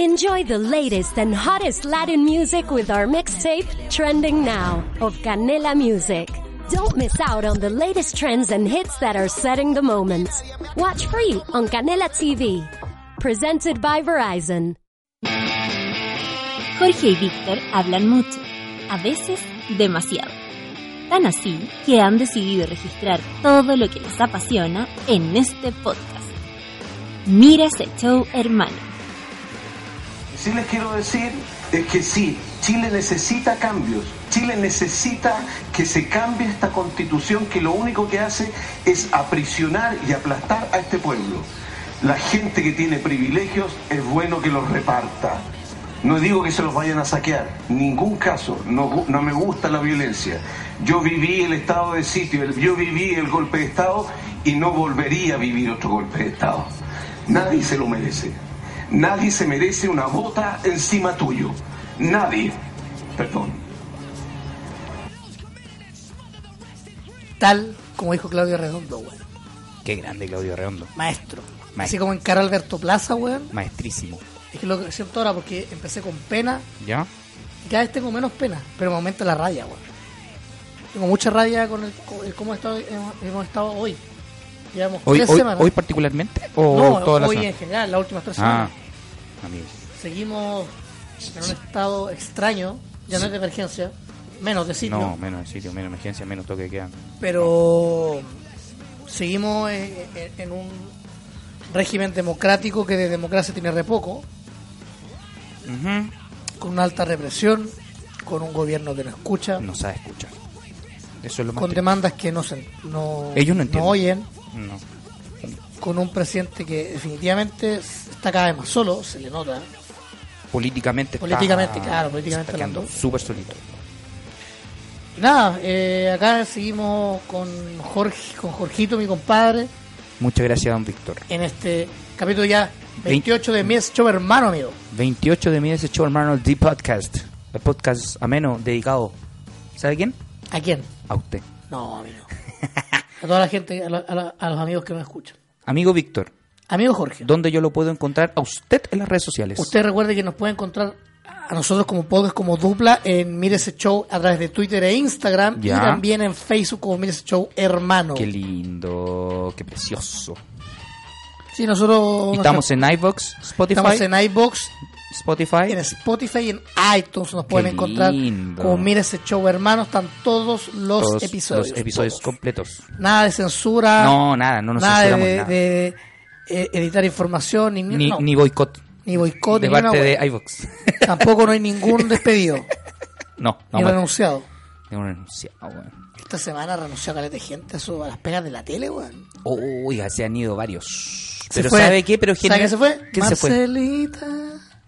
Enjoy the latest and hottest Latin music with our mixtape, Trending Now, of Canela Music. Don't miss out on the latest trends and hits that are setting the moment. Watch free on Canela TV. Presented by Verizon. Jorge y Víctor hablan mucho, a veces demasiado. Tan así que han decidido registrar todo lo que les apasiona en este podcast. Mira ese show, hermano. Sí les quiero decir es que sí, Chile necesita cambios. Chile necesita que se cambie esta constitución que lo único que hace es aprisionar y aplastar a este pueblo. La gente que tiene privilegios es bueno que los reparta. No digo que se los vayan a saquear, ningún caso, no, gu- no me gusta la violencia. Yo viví el estado de sitio, el- yo viví el golpe de Estado y no volvería a vivir otro golpe de Estado. Nadie se lo merece. Nadie se merece una bota encima tuyo. Nadie. Perdón. Tal como dijo Claudio Redondo, weón. Qué grande Claudio Redondo. Maestro. Maestro. Así como encaró Alberto Plaza, weón. Maestrísimo. Es que lo que siento ahora porque empecé con pena ¿Ya? y cada vez tengo menos pena, pero me aumenta la rabia, weón. Tengo mucha rabia con el, con el cómo estado- hemos, hemos estado hoy. Llevamos ¿Hoy, tres hoy, semanas. hoy particularmente? ¿O no, toda la hoy semana? en general, las últimas tres Ah, semanas. amigo. Seguimos en un estado extraño, ya no es de emergencia, menos de sitio. No, menos en sitio, menos emergencia, menos toque de queda. pero seguimos eh, eh, en un régimen democrático que de democracia tiene re poco, Ujú. con una alta represión, con un gobierno que no escucha, No sabe escuchar. Eso es lo más con triste. demandas que no, se, no, Ellos no entienden. oyen, No. con un presidente que definitivamente está cada vez más solo, se le nota, Políticamente está- Políticamente, claro, políticamente está quedando hablando. súper solito. Nada, eh, acá seguimos con Jorge, con Jorgito, mi compadre, Muchas gracias, don Víctor. en este capítulo ya 28 de mes, show hermano, amigo. 28 de mi show, hermano, The Podcast. El podcast ameno, dedicado. ¿Sabe quién? ¿A quién? A usted. No, amigo. A toda la gente, a, la- a la- a los amigos que nos escuchan. Amigo Víctor, Amigo Jorge, ¿dónde yo lo puedo encontrar a usted en las redes sociales? usted recuerde que nos puede encontrar a nosotros como podcast, como dupla, en Mire ese show a través de Twitter e Instagram y Ya. también en Facebook como Mire ese show hermano. Qué lindo, qué precioso. Sí, nosotros Y estamos en iVox, Spotify, estamos en iBox, Spotify. en Spotify y en iTunes nos pueden encontrar lindo. como Mire ese show hermano. Están todos los todos episodios. los episodios todos. completos. Nada de censura. No, nada, no nos nada de, censuramos nada. de- eh, editar información ni ni, no. ni boicot Ni boicot, de ni una parte wea. de iVox. Tampoco no hay ningún despedido no, no, ni bueno, renunciado. tengo un enunciado, weón. Esta semana renunció caleta de gente a, su- a las pegas de la tele, weón. Oiga, se han ido varios. Se Pero fue. ¿sabe qué? Pero ¿Sabe quién se fue? ¿Quién se fue? Marcelita.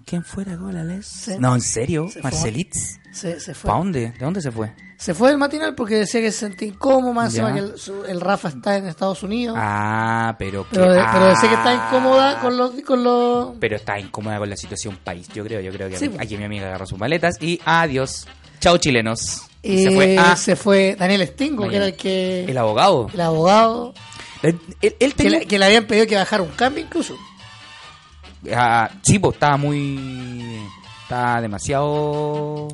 ¿Quién fuera Golales? Se- No, en serio, se fue. Marcelitz. Se, se fue. ¿Para dónde? ¿De dónde se fue? Se fue del matinal porque decía que se sentía incómodo, más Ya. encima que el, su- el Rafa está en Estados Unidos. Ah, pero que- pero, pero decía que ah. está incómoda con los... Con los Pero está incómoda con la situación país, yo creo, yo creo que Sí, pues. aquí mi amiga agarró sus maletas y adiós. Chao chilenos. Y Eh, se fue a se fue Daniel Stingo, que era el que... el abogado. el abogado. Él, él- él Que, tenía- le- que le habían pedido que bajara un cambio incluso. Ah, sí, pues, estaba muy. Estaba demasiado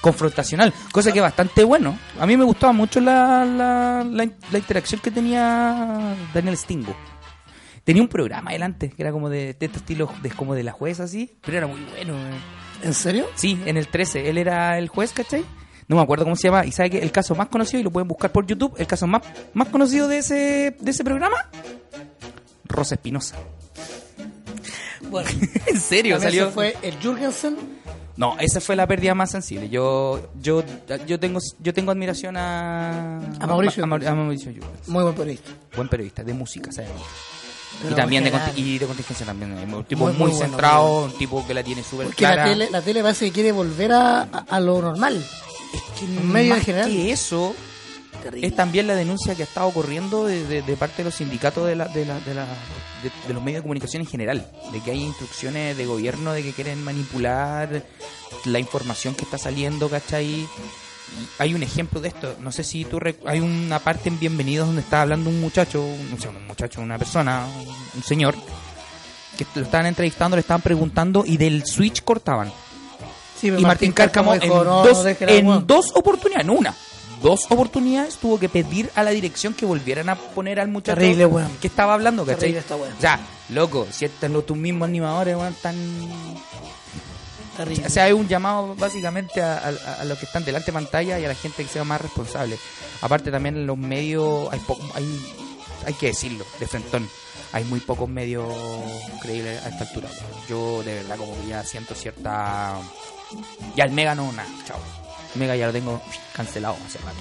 confrontacional, cosa que bastante bueno. A mí me gustaba mucho la, la, la in- la interacción que tenía Daniel Stingo. Tenía un programa adelante que era como de, de este estilo, de, como de la jueza, así, pero era muy bueno. eh. ¿En serio? Sí, en el 13. Él era el juez, ¿cachai? No me acuerdo cómo se llama. Y sabe que el caso más conocido, y lo pueden buscar por YouTube, el caso más, más conocido de ese, de ese programa, Rosa Espinosa. Bueno, En serio, también salió. se fue el Jurgensen. No, esa fue la pérdida más sensible. Yo, yo, yo tengo, yo tengo admiración a, A Mauricio. a, Maur- a Mauricio Yunes. Muy buen periodista. buen periodista de música, ¿sabes? Pero Y también de, general. conti- y de contingencia también. eh, Un tipo Muy, muy, muy bueno, centrado, muy un tipo que la tiene súper Porque la clara. tele, la tele parece que quiere volver a, a- a lo normal. Es que en medio más en general. que eso, es también la denuncia que ha estado ocurriendo de, de- de parte de los sindicatos de, la- de, la- de, la- de- de los medios de comunicación en general, de que hay instrucciones de gobierno de que quieren manipular la información que está saliendo, ¿cachai? Y Hay un ejemplo de esto, no sé si tú... rec- Hay una parte en Bienvenidos donde está hablando un muchacho, un, o sea, un muchacho, una persona, un, un señor, que lo estaban entrevistando, le estaban preguntando y del switch cortaban. Sí, Y pero Martín, Cárcamo, dijo, en, no, no dos, dejen en agua. dos oportunidades, no una, dos oportunidades tuvo que pedir a la dirección que volvieran a poner al muchacho Terrible, weón. que estaba hablando, ¿cachai? Terrible esta weón. O sea, loco, si estos no tus mismos animadores, weón, están... Terrible. O sea, es un llamado básicamente a, a- a los que están delante de pantalla y a la gente que sea más responsable. Aparte también en los medios, hay, po- hay, hay que decirlo, de frentón. Hay muy pocos medios creíbles a esta altura. Yo de verdad como que ya siento cierta... Ya el Mega no, nada, chao. El Mega ya lo tengo cancelado hace rato.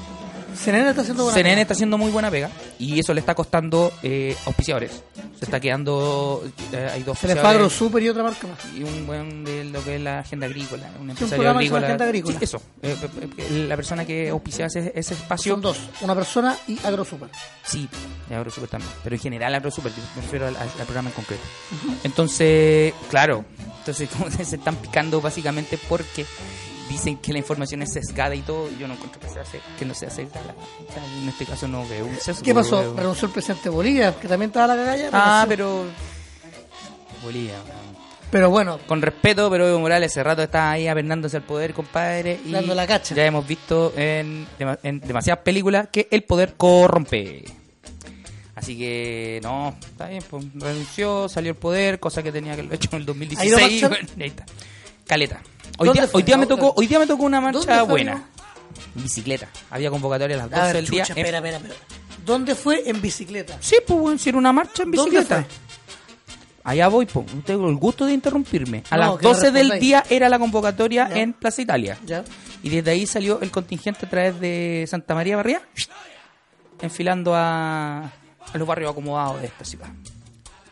CNN está haciendo buena CNN está haciendo muy buena pega y eso le está costando eh, auspiciadores. Se está quedando... eh, hay dos Se les auspiciadores pagó Super y otra marca más. y un buen de lo que es la agenda agrícola, un empresario programa que se llama agrícola. Agenda Agrícola. Sí, eso, Eh, pe- pe- la persona que auspiciaba ese, ese espacio. Son dos, una persona y AgroSuper. Sí, de AgroSuper también. Pero en general AgroSuper, yo me refiero al, al- al programa en concreto. Entonces, claro, entonces como se están picando básicamente porque dicen que la información es sesgada y todo, y yo no encuentro que, sea se- que no sea sesgada. O sea, en este caso no veo un sesgo. ¿Qué pasó? veo- Renunció el presidente de Bolivia, que también estaba la cagalla. Ah, renunció. pero... Bolivia, weón. Pero bueno, Con respeto, pero Evo Morales hace rato está ahí apernándose al poder, compadre. Y Dando la cacha. Ya hemos visto en, dema- en demasiadas películas que el poder corrompe. Así que, no, está bien, pues, renunció, salió el poder, cosa que tenía que haber hecho en el ¿Ha ido a 2016. marchar? bueno, ahí está. Caleta. Hoy ¿Dónde día, fue? hoy, día me ¿Dónde? tocó, hoy día me tocó una marcha ¿Dónde fue, buena. amigo? En Bicicleta. Había convocatoria a las 12 a ver, del día. chucha, en- espera, espera, espera. ¿Dónde fue en bicicleta? Sí, pues, bueno, si era una marcha en ¿Dónde bicicleta. Allá voy, pues. No tengo el gusto de interrumpirme. A No, las que no 12 del respondáis. día era la convocatoria Ya. en Plaza Italia. Ya. Y desde ahí salió el contingente a través de Santa María Barría, enfilando a, a los barrios acomodados de esta ciudad.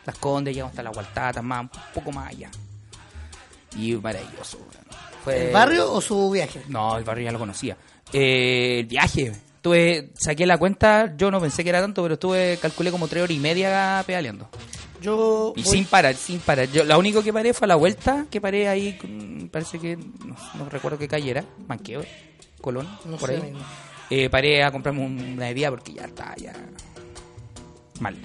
Las Condes, llegamos hasta la Gualtata, más, un poco más allá. Y maravilloso. weón. Fue- ¿El barrio o su viaje? no, el barrio ya lo conocía. Eh, el viaje. Tuve, saqué la cuenta, yo no pensé que era tanto, pero estuve, calculé como tres horas y media pedaleando. Yo. Y voy- sin parar, sin parar. Yo, la único que paré fue a la vuelta, que paré ahí, con- parece que, no, no recuerdo qué calle era, Manqueo, Colón, No por sé, ahí. amigo. Eh, paré a comprarme un- una bebida porque ya estaba ya mal.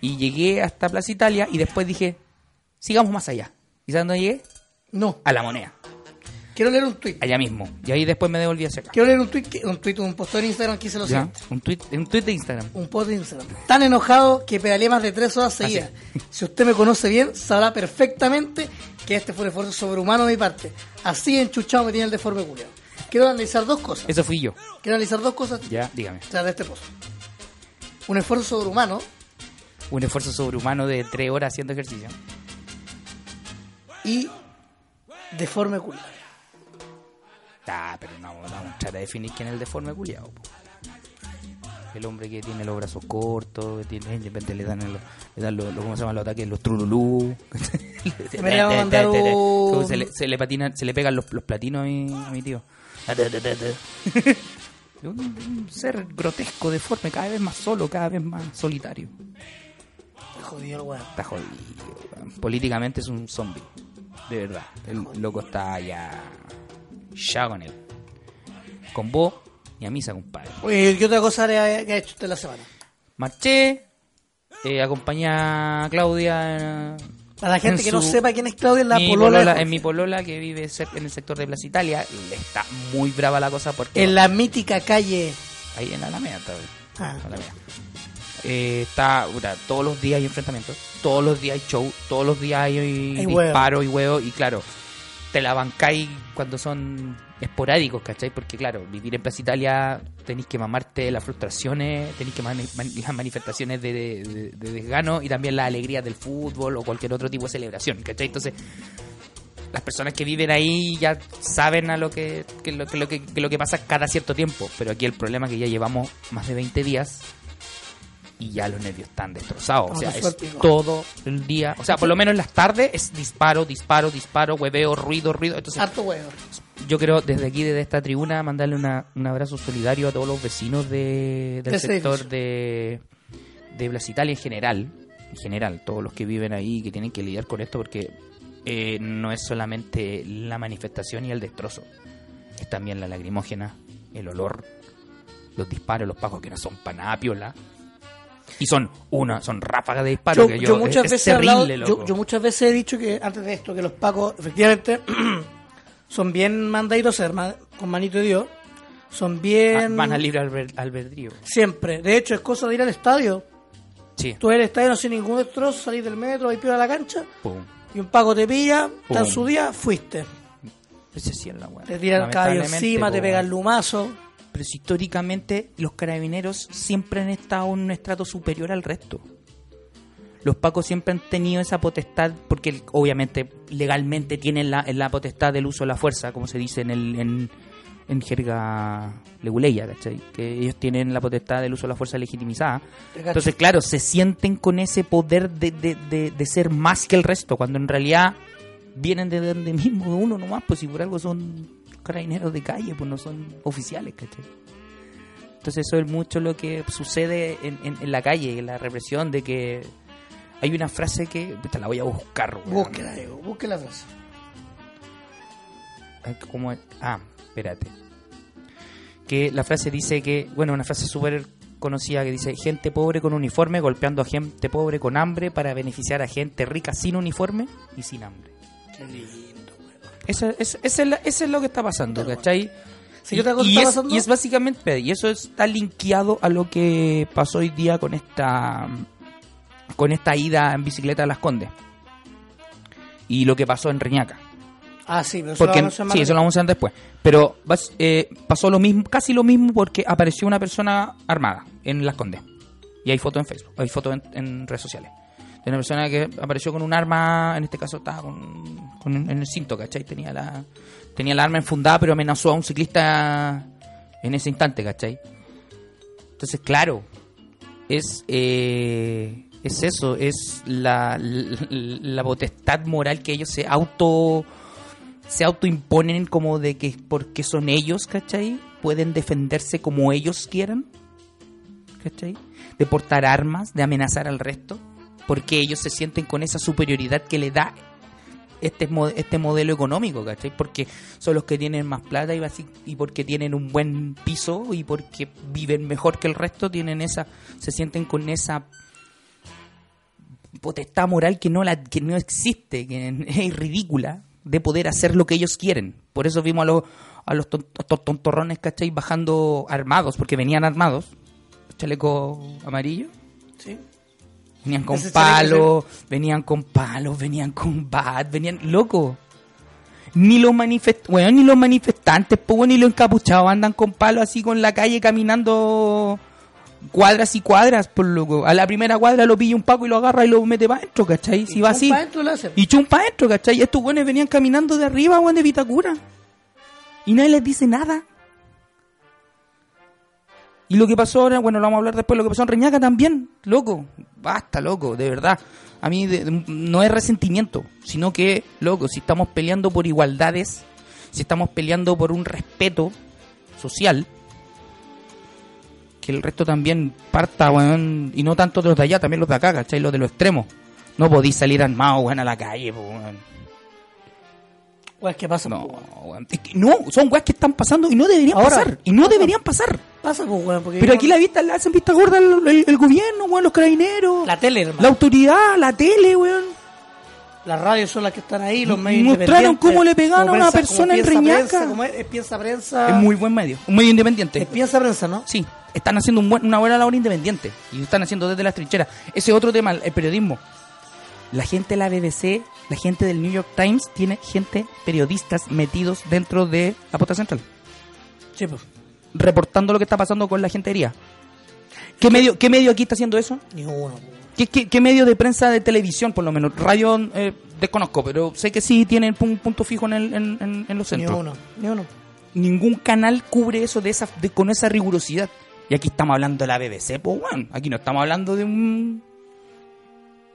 Y llegué hasta Plaza Italia y después dije, sigamos más allá. ¿Y sabes dónde llegué? No, A la moneda, quiero leer un tuit. allá mismo. Y ahí después me devolví hacia acá. Quiero leer un tuit, que- un tuit, un postor en Instagram que hice lo Ya, siguiente. Un tweet, un tweet de Instagram. Un post de Instagram. Tan enojado que pedaleé más de tres horas seguidas. Ah, Si usted me conoce bien, sabrá perfectamente que este fue un esfuerzo sobrehumano de mi parte. Así enchuchado me tiene el deforme culiao. Quiero analizar dos cosas. Eso fui yo. Quiero analizar dos cosas Ya, dígame. tras de este post. Un esfuerzo sobrehumano Un esfuerzo sobrehumano de tres horas haciendo ejercicio. y deforme culiao. Ah, pero no, no vamos a tratar de definir quién es el deforme culiado. El hombre que tiene los brazos cortos, que tiene, de repente le dan, el- le dan los, los- ¿cómo se llaman los ataques? Los trululú. Me va a mandar un- se, le, se le patinan, se le pegan los, los platinos a mi, a mi tío. Ah, un, un ser grotesco, deforme, cada vez más solo, cada vez más solitario. Jodido el weón. Está jodido. weón. Políticamente es un zombie. De verdad. El loco está ya. Ya con él. Con vos y a misa, compadre. Oye, ¿qué otra cosa le ha, que ha hecho usted la semana? Marché. Eh, acompañé a Claudia. en- Para la gente en que no su- sepa quién es Claudia, es la mi polola. de Jorge. en mi polola que vive cer- en el sector de Plaza Italia. Le está muy brava la cosa porque. En la mítica calle. Ahí en Alameda está. güey. Ah. Alameda. Eh, está, puta, todos los días hay enfrentamientos, todos los días hay show, todos los días hay, eh, Hay huevo. disparo y huevo, y claro, te la bancáis cuando son esporádicos, ¿cachai? Porque claro, vivir en Plaza Italia tenéis que mamarte las frustraciones, tenéis que mani- man- las manifestaciones de, de- de desgano y también las alegrías del fútbol o cualquier otro tipo de celebración, ¿cachai? Entonces, las personas que viven ahí ya saben a lo que, que lo, que, lo que, que lo que pasa cada cierto tiempo. Pero aquí el problema es que ya llevamos más de 20 días y ya los nervios están destrozados. O Vamos sea, a es suerte, igual. todo el día. O sea, por lo menos en las tardes es disparo, disparo, disparo, hueveo, ruido, ruido. Entonces, Harto huevo. yo creo desde aquí, desde esta tribuna, mandarle una- un abrazo solidario a todos los vecinos de, del De ese sector edificio. de, de Blas Italia en general. En general, todos los que viven ahí y que tienen que lidiar con esto, porque eh, no es solamente la manifestación y el destrozo, es también la lagrimógena, el olor, los disparos, los pagos que no son panapiola. Y son una, son ráfagas de disparo Yo, que yo, yo muchas es- es veces he terrible, hablado- loco. yo, yo muchas veces he dicho que antes de esto que los pacos efectivamente son bien mandaditos herma- con manito de Dios, son Ah, bien Van a libre alber- albedrío. siempre. De hecho es cosa de ir al estadio. Sí. Tú eres al estadio sin ningún destrozo, salís del metro, vais piola a la cancha Pum. y un paco te pilla, está en Pum. su día, fuiste. Ese sí Pues es la weá. Te tira el caballo Lamentablemente, encima, te po, pega weón. el lumazo. Pero si históricamente los carabineros siempre han estado en un estrato superior al resto. Los pacos siempre han tenido esa potestad, porque el- obviamente legalmente tienen la, la potestad del uso de la fuerza, como se dice en, el, en, en jerga leguleya, ¿cachai? Que ellos tienen la potestad del uso de la fuerza legitimizada. Cacho. Entonces, claro, se sienten con ese poder de, de, de, de ser más que el resto, cuando en realidad vienen de donde mismo, de uno nomás, pues si por algo son carabineros de calle, pues no son oficiales, ¿cachai? Entonces eso es mucho lo que sucede en, en- en la calle, en la represión, de que hay una frase que... puta, la voy a buscar, weón. Búsquela, Diego, búsquela atrás. Como, ah, espérate. Que la frase dice que, bueno, una frase súper conocida que dice, gente pobre con uniforme golpeando a gente pobre con hambre para beneficiar a gente rica sin uniforme y sin hambre. Qué lindo, güey. Eso, eso- eso es, la- eso es lo que está pasando, ¿cachai? Sí, yo te hago- y, está es, pasando- y es básicamente, y eso está linkeado a lo que pasó hoy día con esta con esta ida en bicicleta a Las Condes. Y lo que pasó en Reñaca. Ah, sí, pero eso lo Porque, vamos a hacer más sí, eso lo vamos a hacer después. Pero bas- eh, pasó lo mismo, casi lo mismo porque apareció una persona armada en Las Condes. Y hay fotos en Facebook, hay fotos en, en redes sociales. De una persona que apareció con un arma, en este caso estaba con, con un- en el cinto, ¿cachai? Tenía la, tenía la arma enfundada, pero amenazó a un ciclista en ese instante, ¿cachai? Entonces, claro, es, eh, es eso, es la, la, la potestad moral que ellos se auto se autoimponen como de que porque son ellos, ¿cachai? Pueden defenderse como ellos quieran, ¿cachai? De portar armas, de amenazar al resto, porque ellos se sienten con esa superioridad que le da este, mo- este modelo económico, ¿cachai? Porque son los que tienen más plata y, basi- y porque tienen un buen piso y porque viven mejor que el resto, tienen esa, se sienten con esa potestad moral que no la que no existe, que es ridícula de poder hacer lo que ellos quieren. Por eso vimos a los a los ton- to- tontorrones, ¿cachai? bajando armados, porque venían armados, chaleco amarillo, Sí. venían con Ese chaleco, palos, venían con palos, venían con bat, venían loco. Ni los manifest bueno, ni los manifestantes, pues, bueno, ni los encapuchados andan con palos así con la calle caminando cuadras y cuadras, por loco. A la primera cuadra lo pilla un paco y lo agarra y lo mete para adentro, ¿cachai? Si va Un así. pa' dentro lo hace. Y chumpa adentro, ¿cachai? Y estos güeyes venían caminando de arriba, güey, de Vitacura. Y nadie les dice nada. Y lo que pasó ahora, bueno, lo vamos a hablar después, lo que pasó en Reñaca también, loco. Basta, loco, de verdad. A mí de- de- no es resentimiento, sino que, loco, si estamos peleando por igualdades, si estamos peleando por un respeto social, que el resto también parta, weón, y no tanto de los de allá, también los de acá, ¿cachai? Los de los extremos. No podís salir armado, weón, a la calle, po, weón. Güey, es que pasa, No, po, güey. weón. Es que no, son weas que están pasando y no deberían Ahora, pasar. Y no pasa. deberían pasar. Pasa, po, güey, porque Pero yo- aquí la vista la hacen vista gorda el, el- el gobierno, weón, los carabineros, La la, tele, hermano. autoridad, la tele, weón. Las radios son las que están ahí, los medios Mostraron independientes, cómo le pegaron como a una prensa- como persona en piensa Reñaca. prensa, como es, es piensa prensa. Es muy buen medio, un medio independiente. Ah. es piensa prensa, ¿no? Sí, están haciendo un buen- una buena labor independiente y lo están haciendo desde las trincheras. Ese es otro tema, el periodismo. La gente de la BBC, la gente del New York Times tiene gente periodistas metidos dentro de la pota central, Sí, pues. reportando lo que está pasando con la gentería. ¿Qué medio, qué medio aquí está haciendo eso? Ni uno, po, güey. ¿Qué, qué- qué medio de prensa de televisión, por lo menos? Radio eh, desconozco, pero sé que sí tienen un punto fijo en, el- en- en- en los Ni centros. uno, ni uno. ningún canal cubre eso de esa de- con esa rigurosidad. Y aquí estamos hablando de la BBC, pues bueno, aquí no estamos hablando de un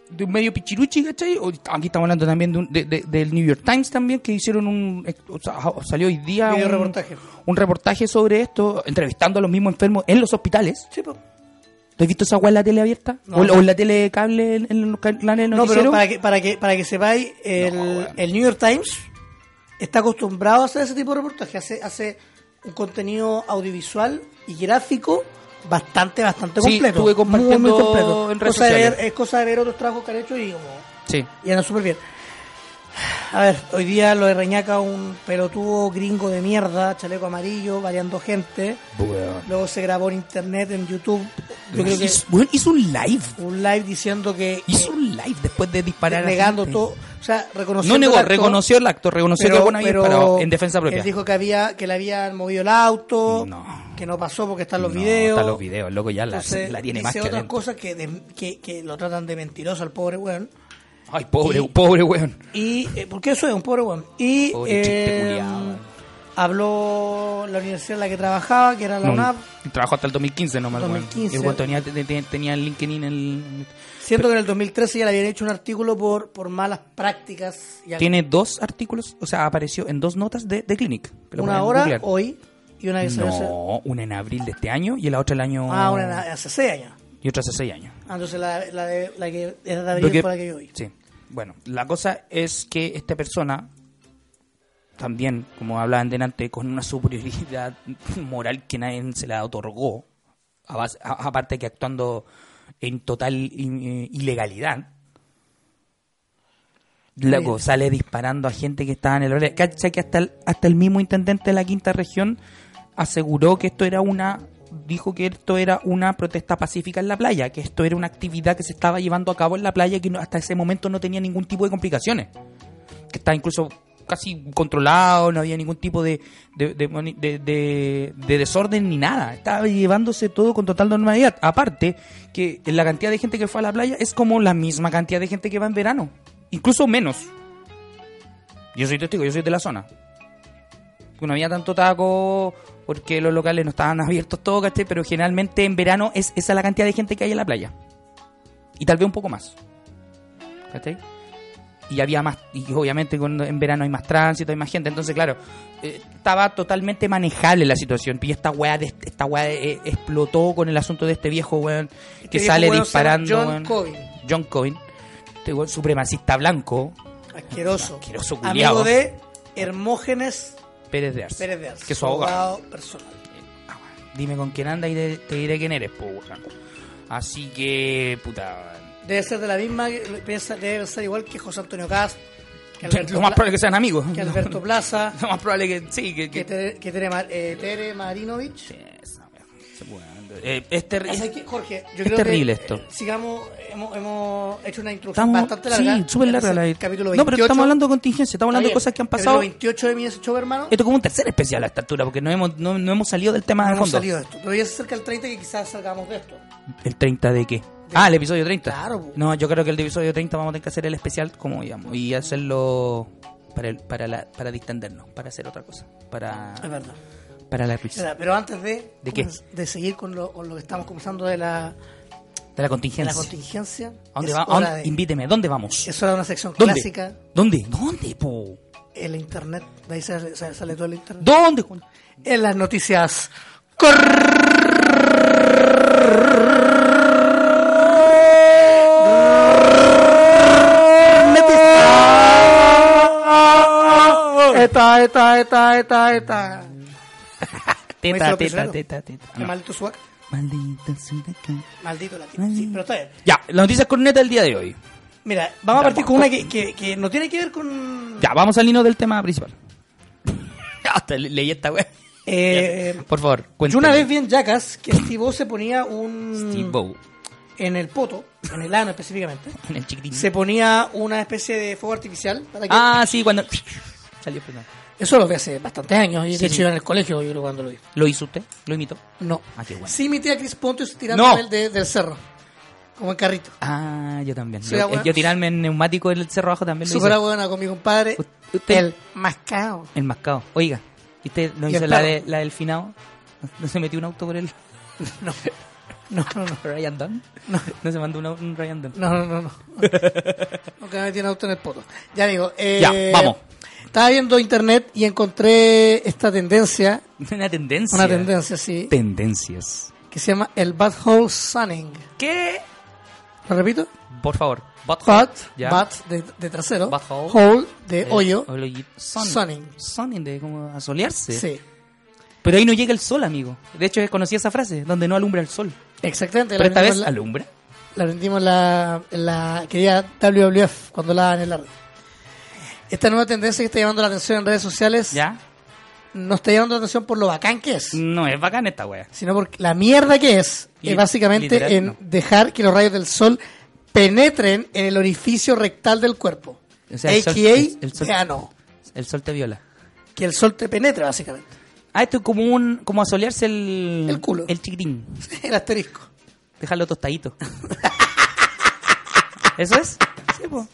de un medio pichiruchi, ¿cachai? O est- aquí estamos hablando también de un- de- de- del New York Times también, que hicieron un... ex- o sea, ja- salió hoy día Video un reportaje. un reportaje sobre esto, entrevistando a los mismos enfermos en los hospitales. Sí, po. ¿Tú has visto esa weá en la tele abierta? No. ¿O, en- o en la tele cable en, en los canales No, pero noticiero? para que, para que, para que sepáis, el, No, bueno. el New York Times está acostumbrado a hacer ese tipo de reportaje, hace, hace un contenido audiovisual y gráfico bastante, bastante Sí, completo. estuve compartiendo muy, muy completo. en redes cosa de ver, sociales. es cosa de ver otros trabajos que han hecho y como Sí. y andan súper bien. A ver, hoy día lo de Reñaca, un pelotudo gringo de mierda, chaleco amarillo, variando gente. Luego se grabó en internet, en YouTube. Yo creo que Hizo- bueno, hizo un live. un live diciendo que. que- Hizo un live después de disparar. a negando gente. todo, o sea, reconociendo No negó, el acto, reconoció el acto, reconoció que alguna había disparado en defensa propia. Él dijo que había que le habían movido el auto, No. que no pasó porque están los No, videos. Está los videos, loco, ya la, Entonces, la tiene dice más que otras adentro. cosas que, de- que, que lo tratan de mentiroso al pobre weón. Ay, pobre, Y- pobre weón. Y eh, porque eso es un pobre weón. Y Pobre chiste eh, culiao, weón. habló la universidad en la que trabajaba, que era la No, UNAP, Trabajó hasta el 2015 nomás, weón. 2015. Y el weón tenía, te- te- tenía el LinkedIn el... siendo que en el 2013 ya le habían hecho un artículo por por malas prácticas. y algo. Tiene dos artículos, o sea, apareció en dos notas de, de Clinic. que lo una pueden hora googlear. hoy y una que se hace- No, una en abril de este año y la otra el año... Ah, una na- hace seis años. Y otra hace seis años. Ah, entonces la, la, de, la que es de Lo abril que- fue la que yo vi. Sí. Bueno, la cosa es que esta persona, también, como hablaban delante, con una superioridad moral que nadie se la otorgó, a base- a- aparte que actuando en total i- eh, ilegalidad, luego sale disparando a gente que estaba en el horario. Cacha que hasta el, hasta el mismo intendente de la quinta región aseguró que esto era una. Dijo que esto era una protesta pacífica en la playa, que esto era una actividad que se estaba llevando a cabo en la playa y que no- hasta ese momento no tenía ningún tipo de complicaciones. Que estaba incluso casi controlado, no había ningún tipo de, de, de moni- de- de- de desorden ni nada. Estaba llevándose todo con total normalidad. Aparte, que la cantidad de gente que fue a la playa es como la misma cantidad de gente que va en verano, incluso menos. Yo soy testigo, yo soy de la zona. No había tanto taco porque los locales no estaban abiertos todo, ¿cachai? Pero generalmente en verano es esa la cantidad de gente que hay en la playa. Y tal vez un poco más. ¿Cachai? Y había más, y obviamente cuando en verano hay más tránsito, hay más gente. Entonces, claro, eh, estaba totalmente manejable la situación. Y esta weá, de- esta weá eh, explotó con el asunto de este viejo weón que Este viejo sale weón se llama disparando. John weón. Cobain. John Cobain. Este weón supremacista blanco. Asqueroso. Asqueroso Amigo culiao. de Hermógenes Pérez de Arce. Pérez de Arce. Que es su abogado. personal. Ah, bueno. Dime con quién anda y te, te diré quién eres, po, weón. Así que, puta. Debe ser de la misma, piensa- debe ser igual que José Antonio Cast, que Alberto, Lo más Pla- probable es que sean amigos. que Alberto Plaza, Lo más probable que sí, que. que, que- Tere, que Tere, Mar- eh, Tere Marinovich. Esa, weón. Se puede- Eh, es terri- O sea, que, Jorge, yo Es creo terrible que, esto. eh, sigamos, hemos, hemos hecho una introducción Estamos, bastante larga. sí, súper larga Es la el Capítulo 28. No, pero estamos hablando de contingencia, estamos hablando de cosas que han pasado. Capítulo 28 de mi show, hermano. Esto es como un tercer especial a esta altura, porque no hemos, no, no hemos salido del tema No de hemos fondo. salido de esto. Pero ya se acerca el 30 que quizás salgamos de esto. ¿El 30 de qué? ah, el episodio 30. Claro, po. No, yo creo que el episodio 30 vamos a tener que hacer el especial, como digamos, y hacerlo para el- para la, para distendernos, para hacer otra cosa, para Es verdad. para la Es verdad, risa, Pero antes de, ¿De qué? de seguir con lo, con lo que estamos conversando de la, de la de la contingencia. contingencia, ¿A dónde es, va? ¿A hora dónde? de, Invíteme, ¿dónde vamos? es hora de una sección ¿Dónde? clásica, ¿Dónde? ¿Dónde, po? el internet. De ahí sale, sale- sale todo el internet. ¿Dónde? con- En las noticias. Eta, eta, eta, eta, eta. Teta, Maestro teta, Pizarro. teta, teta. Qué No. maldito swag. Maldita sudaca. Maldito latino. Sí, Mm. pero está bien. Ya, la noticia corneta del día de hoy. Mira, vamos a Ya, partir con vamos. una que, que, que no tiene que ver con. Ya, vamos al hilo del tema principal. Hasta le- leí esta wea. Eh, Por favor, yo cuéntame. una vez vi en Jackass que Steve O se ponía un. Steve Bow, En el poto, en el ano específicamente. en el chiquitín. Se ponía una especie de fuego artificial. Para que... Mm. Ah, sí, cuando. Salió Fernando. Eso lo vi hace bastantes años. Y Sí, de hecho sí. iba en el colegio, yo creo, cuando lo vi. ¿Lo hizo usted? ¿Lo imitó? No. Ah, qué bueno. Sí, mi tía Cris Pontius tirando No. él de- del cerro. Como en carrito. Ah, yo también. Sí, yo, agua. yo tirarme en neumático del cerro abajo también lo Súper hice. buena con mi compadre. U- usted- El mascao. El mascado. Oiga, ¿y usted no Y hizo el la, perro. de, la del finado? ¿No, no se metió un auto por el No. No, no, no. Ryan Dunn? No. se mandó un, au- un Ryan Dunn? No, no, no, no. No que me metí en auto en el poto. Ya digo, eh, Ya, vamos. Estaba viendo internet y encontré esta tendencia, Una tendencia. una tendencia, sí, Tendencias. que se llama el butthole sunning. ¿Qué? ¿Lo repito? Por favor. Butthole. But, Ya. but de, de trasero, Butthole. hole de Eh, hoyo, hoyo- Sun. sunning. Sunning, de como asolearse. Sí. Pero ahí no llega el sol, amigo. De hecho, conocí esa frase, donde no alumbra el sol. Exactamente. Pero la esta aprendimos vez en la- alumbra. La aprendimos en la, en la querida WWF cuando la dan en la red. Esta nueva tendencia que está llamando la atención en redes sociales ¿Ya? no está llamando la atención por lo bacán que es, No, es bacán esta wea. sino por la mierda que es, Li- es básicamente literal, en no. dejar que los rayos del sol penetren en el orificio rectal del cuerpo. O sea, el AKA, sol- el- el sol- ano. El sol te viola. Que el sol te penetre, básicamente. Ah, esto es como un como asolearse el El culo. el chiquitín. el asterisco. Dejarlo tostadito. ¿Eso es? Sí, po.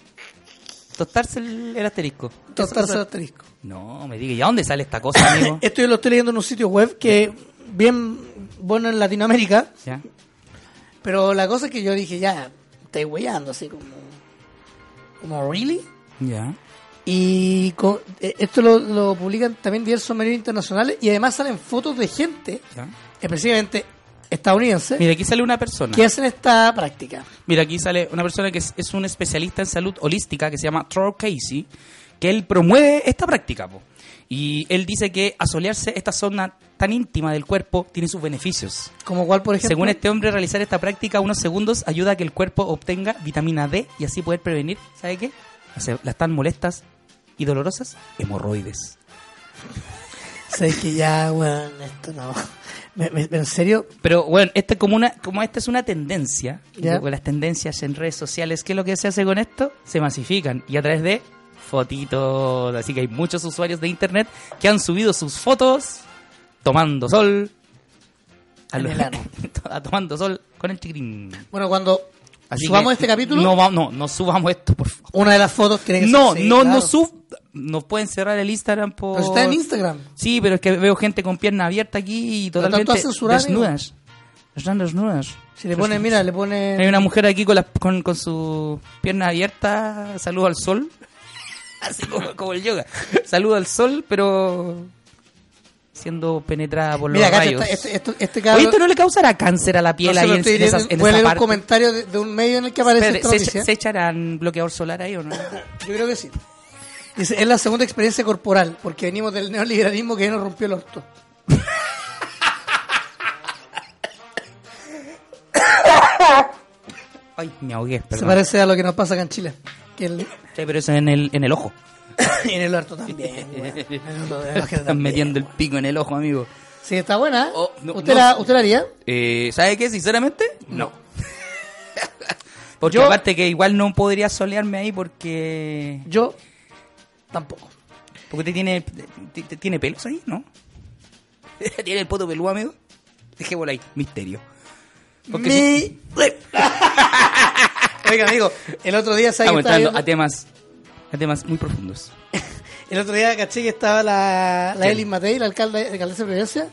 Tostarse el, el asterisco. Tostarse el asterisco. No, me diga, ¿y a dónde sale esta cosa, amigo? Esto yo lo estoy leyendo en un sitio web que bien bueno en Latinoamérica, ¿Ya? pero la cosa es que yo dije, ya, estoy weyando, así como... Como, ¿really? ¿Ya? Y co- eh, esto lo, lo publican también diversos medios internacionales y además salen fotos de gente, ¿Ya? específicamente estadounidense, Mira, aquí sale una persona. que hacen esta práctica. Mira, aquí sale una persona que es, es un especialista en salud holística que se llama Troy Casey, que él promueve esta práctica. po. Y él dice que asolearse esta zona tan íntima del cuerpo tiene sus beneficios. Como cual, por ejemplo... Según este hombre, realizar esta práctica unos segundos ayuda a que el cuerpo obtenga vitamina D y así poder prevenir, ¿sabe qué? Las- Las tan molestas y dolorosas hemorroides. Sé que ya, weón, esto no... Me- me- en serio, Pero bueno, este como una como esta es una tendencia, Ya. y con las tendencias en redes sociales, ¿qué es lo que se hace con esto? Se masifican y a través de fotitos, así que hay muchos usuarios de internet que han subido sus fotos tomando sol En el ano. a- tomando sol con el chiquitín. bueno, cuando Así subamos que este capítulo, No, va- no, no subamos esto, por favor. una de las fotos tiene que No, ser- sí, no, claro. no sub. Nos pueden cerrar el Instagram por. Pero está en Instagram. Sí, pero es que veo gente con pierna abierta aquí y Pero tanto totalmente a censurar, desnudas. Están desnudas. Si le ponen, mira, eh, le ponen... Hay una mujer aquí con, las con, con su pierna abierta, saludo al sol. Así como, como el yoga. Saludo al sol, pero siendo penetrada por los Mira, cacha, rayos. esta- este, este, este Oye, cabrón- ¿esto no le causará cáncer a la piel no sé, ahí pero en, estoy en esas- leyendo- en voy a esa leer un parte? comentario de, de un medio en el que aparece Espérate, esta ¿se, noticia. se echarán bloqueador solar ahí o no? Yo creo que sí. Dice, es la segunda experiencia corporal, porque venimos del neoliberalismo que ya nos rompió el orto. Ay, me ahogué, Se perdón. parece a lo que nos pasa acá en Chile. Que el, Sí, pero eso en el, en el ojo. y en el orto también. güey. En el orto, en la gente Están también. metiendo el pico en el ojo, amigo. Sí, está buena. ¿eh? Oh, no, ¿Usted, no. La, ¿Usted la haría? Eh, ¿Sabe qué? Sinceramente, no. porque Yo- aparte que igual no podría solearme ahí porque... Yo tampoco. Porque te tiene, te- te- tiene pelos ahí, ¿no? ¿Tiene el poto peludo, amigo? Dejémoslo ahí. Misterio. Porque Mi- si- Oiga, amigo, el otro día ¿sabe Estamos que estaba entrando a viendo? temas, a temas muy profundos. El otro día caché que estaba la, la ¿Quién? Elis Matei, la alcalde, alcaldesa de Providencia,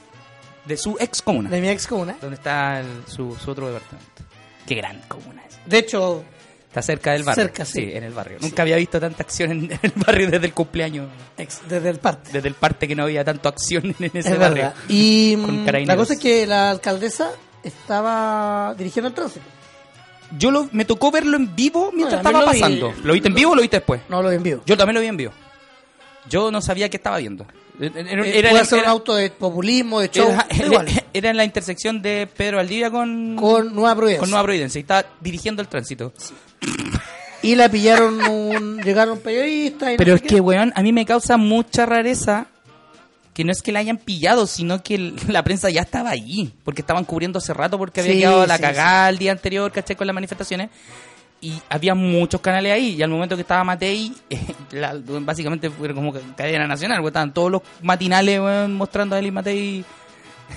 De su ex comuna. de mi ex comuna. Donde está el- su, su otro departamento. Qué gran comuna es. De hecho, Está cerca del barrio. Cerca, sí. en el barrio. Nunca había visto tanta acción en el barrio desde el cumpleaños. ex- desde el parte. Desde el parte que no había tanto acción en ese es barrio. verdad. Y Con mm, la carabineros. cosa es que la alcaldesa estaba dirigiendo el tránsito. Yo lo, me tocó verlo en vivo mientras Bueno, a mí estaba lo vi- pasando. ¿Lo viste en vivo o lo viste después? No lo envío. Yo también lo vi en vivo. Yo no sabía qué estaba viendo. Era, era- Eh, era- puede ser un auto de populismo, de show, era- da igual. era en la intersección de Pedro Aldivia con, con Nueva Providencia. con Nueva Providencia. Y está dirigiendo el tránsito. Y la pillaron, un, llegaron periodistas. y no Pero sé es qué. que, weón, a mí me causa mucha rareza que no es que la hayan pillado, sino que el- la prensa ya estaba ahí, porque estaban cubriendo hace rato porque había Sí, quedado la sí, cagada el día anterior, caché, con las manifestaciones. Y había muchos canales ahí, y al momento que estaba Matei, eh, la- básicamente fue como que cadena nacional, weón, estaban todos los matinales weón, mostrando a él y Matei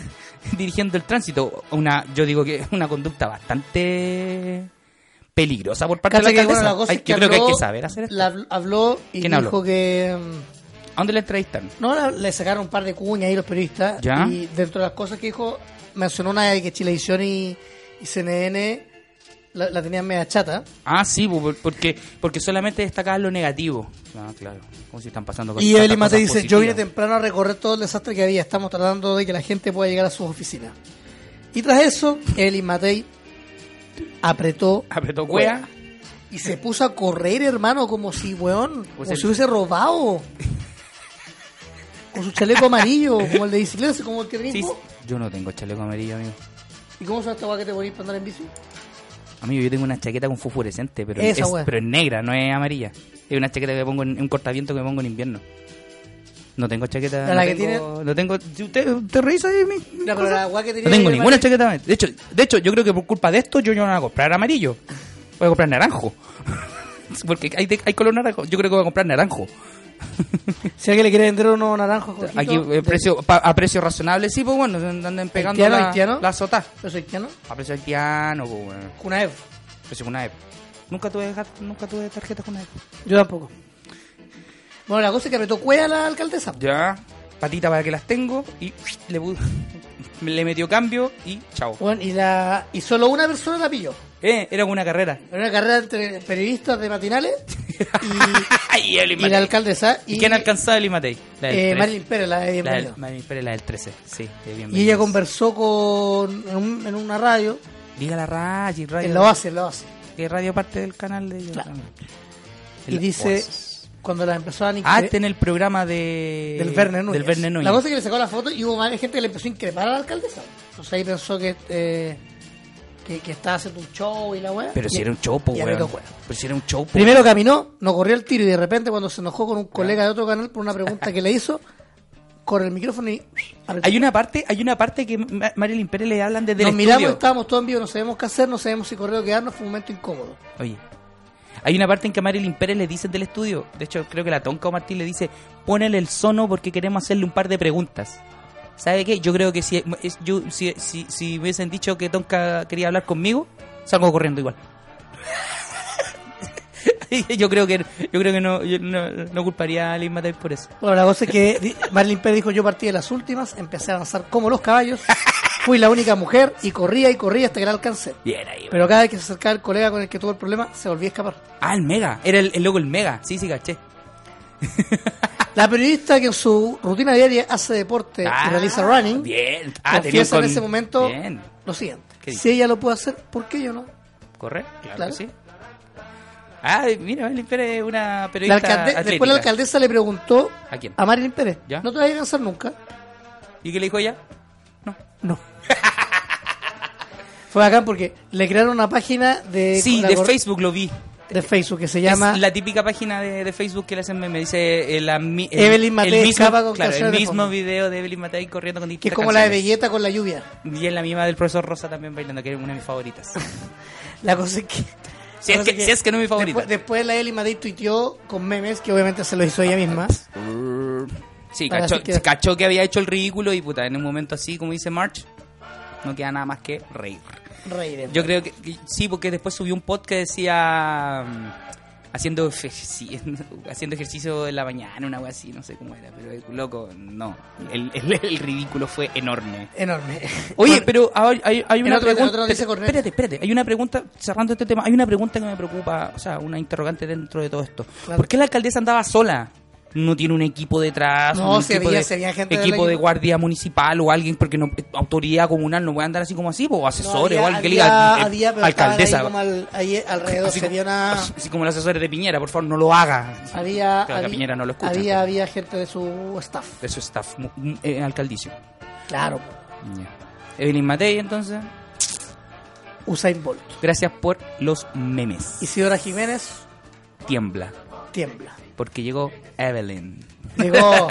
dirigiendo el tránsito. Una, yo digo que es una conducta bastante peligrosa por parte Cacha de la que, bueno, alcaldesa. la cosa Hay- es que yo creo que hay habló- que saber hacer esto. la- habló y ¿Quién dijo habló? que... mm, ¿A dónde la entrevistaron? No, la- le sacaron un par de cuñas ahí los periodistas. Ya. Y dentro de las cosas que dijo, mencionó una de que Chilevisión y, y CNN la, la tenían media chata. Ah, sí, po- por- porque, porque solamente destacaban lo negativo. Ah, claro. Como si están pasando con Y tantas Evelyn Mate cosas dice, yo vine positivas. temprano a recorrer todo el desastre que había. Estamos tratando de que la gente pueda llegar a sus oficinas. Y tras eso, Evelyn Matei apretó Apretó cuea. y se puso a correr, hermano, como si, weón, Pues como el- si hubiese robado. con su chaleco amarillo, como el de bicicleta, como el que tenés Sí, vos. Yo no tengo chaleco amarillo, amigo. ¿Y cómo son esta guay que te ponís para andar en bici? Amigo, yo tengo una chaqueta con fosforescente, pero, Esa es, wea. pero es negra, no es amarilla. Es una chaqueta que me pongo en un cortaviento que me pongo en invierno. No tengo chaqueta. Pero No, la que tengo, no tengo. si ¿Usted te revisa ahí? mi- mi No, pero cosa? la guay que tenía No tengo ahí, ninguna hermano. chaqueta. De hecho, de hecho, yo creo que por culpa de esto yo no voy a comprar amarillo. Voy a comprar naranjo. Porque hay, de- hay color naranjo. Yo creo que voy a comprar naranjo. Si alguien le quiere vender unos naranjos, Jorgito, Aquí eh, de- precio, pa- a precio razonable, sí, pues bueno, andan pegando ¿Haitiano, la, haitiano? la sotá. ¿Pero soy haitiano? A precio haitiano, pues bueno. Cunaev. Precio con una Nunca tuve, ja- nunca tuve tarjeta con una Yo tampoco. Bueno, la cosa es que apretó cueva a la alcaldesa. Ya, patita para que las tengo y le, pu- le metió cambio y chao. Bueno, y, la, y solo una persona la pilló. Eh, era una carrera. Era una carrera entre periodistas de matinales y, el y, y la alcaldesa. ¿Y quién alcanzaba el Imatei? La del Eh, 13. Marilyn Pérez, la de La del, Bienvenido. Marilyn Pérez, la del 13. Sí, de bienvenidos. Y ella conversó con en, un- en una radio, Diga la radio, radio. en la base, en la base. Que radio parte del canal de ellos. Claro. también. En Y la- dice, Oasis. cuando la empezaron a Ah, incre- este en el programa de... del Verne Núñez. Del Verne Núñez. La cosa es que le sacó la foto y hubo varias gente que le empezó a increpar a la alcaldesa. Entonces ahí pensó que, eh, que, que estaba haciendo un show y la weá. Pero si Y- era un chopo, y weón. apretó cueva. Pero si era un chopo. Primero caminó, no corrió el tiro y de repente cuando se enojó con un colega de otro canal por una pregunta que le hizo, corre el micrófono y apretó. Hay una parte, hay una parte que Ma- Marilyn Pérez le hablan desde Nos el miramos, estudio. estábamos todos en vivo, no sabemos qué hacer, no sabemos si correr o quedarnos, fue un momento incómodo. Oye, hay una parte en que a Marilyn Pérez le dicen del estudio. De hecho, creo que la Tonka o Martín le dice: ponele el sono porque queremos hacerle un par de preguntas. ¿Sabe qué? Yo creo que si, es- yo, si, si, si hubiesen dicho que Tonka quería hablar conmigo, salgo corriendo igual. yo creo que yo creo que no, yo no, no culparía a Liz Matei por eso. Bueno, la cosa es que di- Marilyn Pérez dijo, yo partí de las últimas, empecé a avanzar como los caballos, fui la única mujer y corría y corría hasta que la alcancé. Bien ahí, Pero cada vez que se acercaba el colega con el que tuvo el problema, se volvía a escapar. Ah, el Mega. Era el, el loco el Mega. Sí, sí, caché. La periodista que en su rutina diaria hace deporte Ah, y realiza running, Bien. Ah, tenía confiesa con- en ese momento Bien. lo siguiente. ¿Qué dice? Si ella lo puede hacer, ¿por qué yo no? ¿Corre? Claro, Claro. que sí. Ah, mira, Marilyn Pérez es una La periodista alcalde- atlética. después la alcaldesa le preguntó ¿A quién? Marilyn Pérez, ¿Ya? ¿no te vas a cansar nunca? ¿Y qué le dijo ella? No. No. Fue bacán porque le crearon una página de, sí, Eh, la de cor- Facebook lo vi. de Facebook que se Es llama la típica página de, de Facebook que le hacen meme. Dice eh, la mi- el, Evelyn Matei el mismo, escapa con claro, el canciones de mismo fondo. video de Evelyn Matei corriendo con que distintas es como la de canciones. Belleta con la lluvia. Y es la misma del profesor Rosa también bailando, que era una de mis favoritas. La cosa es que Si es que- si es que no es mi favorita. Después, después la Eli Madrid tuiteó con memes que obviamente se lo hizo ella misma. sí, Para cachó así que... que- cachó que había hecho el ridículo y puta, en un momento así, como dice March, no queda nada más que reír. Reiremos. Yo creo que, que sí, porque después subió un podcast que decía mm, haciendo ejercicio, haciendo ejercicio en la mañana, una wea así, no sé cómo era, pero eh, loco, no. El, el- el ridículo fue enorme. Enorme. Oye, Bueno, pero hay, hay, hay en una otro- en pregunta. otro dice Cornelio. espérate, espérate. Hay una pregunta, cerrando este tema, hay una pregunta que me preocupa, o sea, una interrogante dentro de todo esto. Claro. ¿Por qué la alcaldesa andaba sola? No tiene un equipo detrás, No, un si equipo, había- de, si había gente del equipo de equipo. guardia municipal o alguien, porque no, eh, autoridad comunal no puede andar así como así, po, o asesores había- o alguien que le había- diga eh, había, pero estaban alcaldesa. ahí como al- ahí alrededor Así se como, había una así como los asesores de Piñera, por favor, no lo haga. había Claro, que a había- Piñera no lo escucha. había había gente de su staff. Eso está mu- mu- eh, alcaldicio. Claro. Ya. Evelyn Matei, entonces, Usain Bolt. gracias por los memes. Isidora Jiménez Tiembla. tiembla. Porque llegó Evelyn. Llegó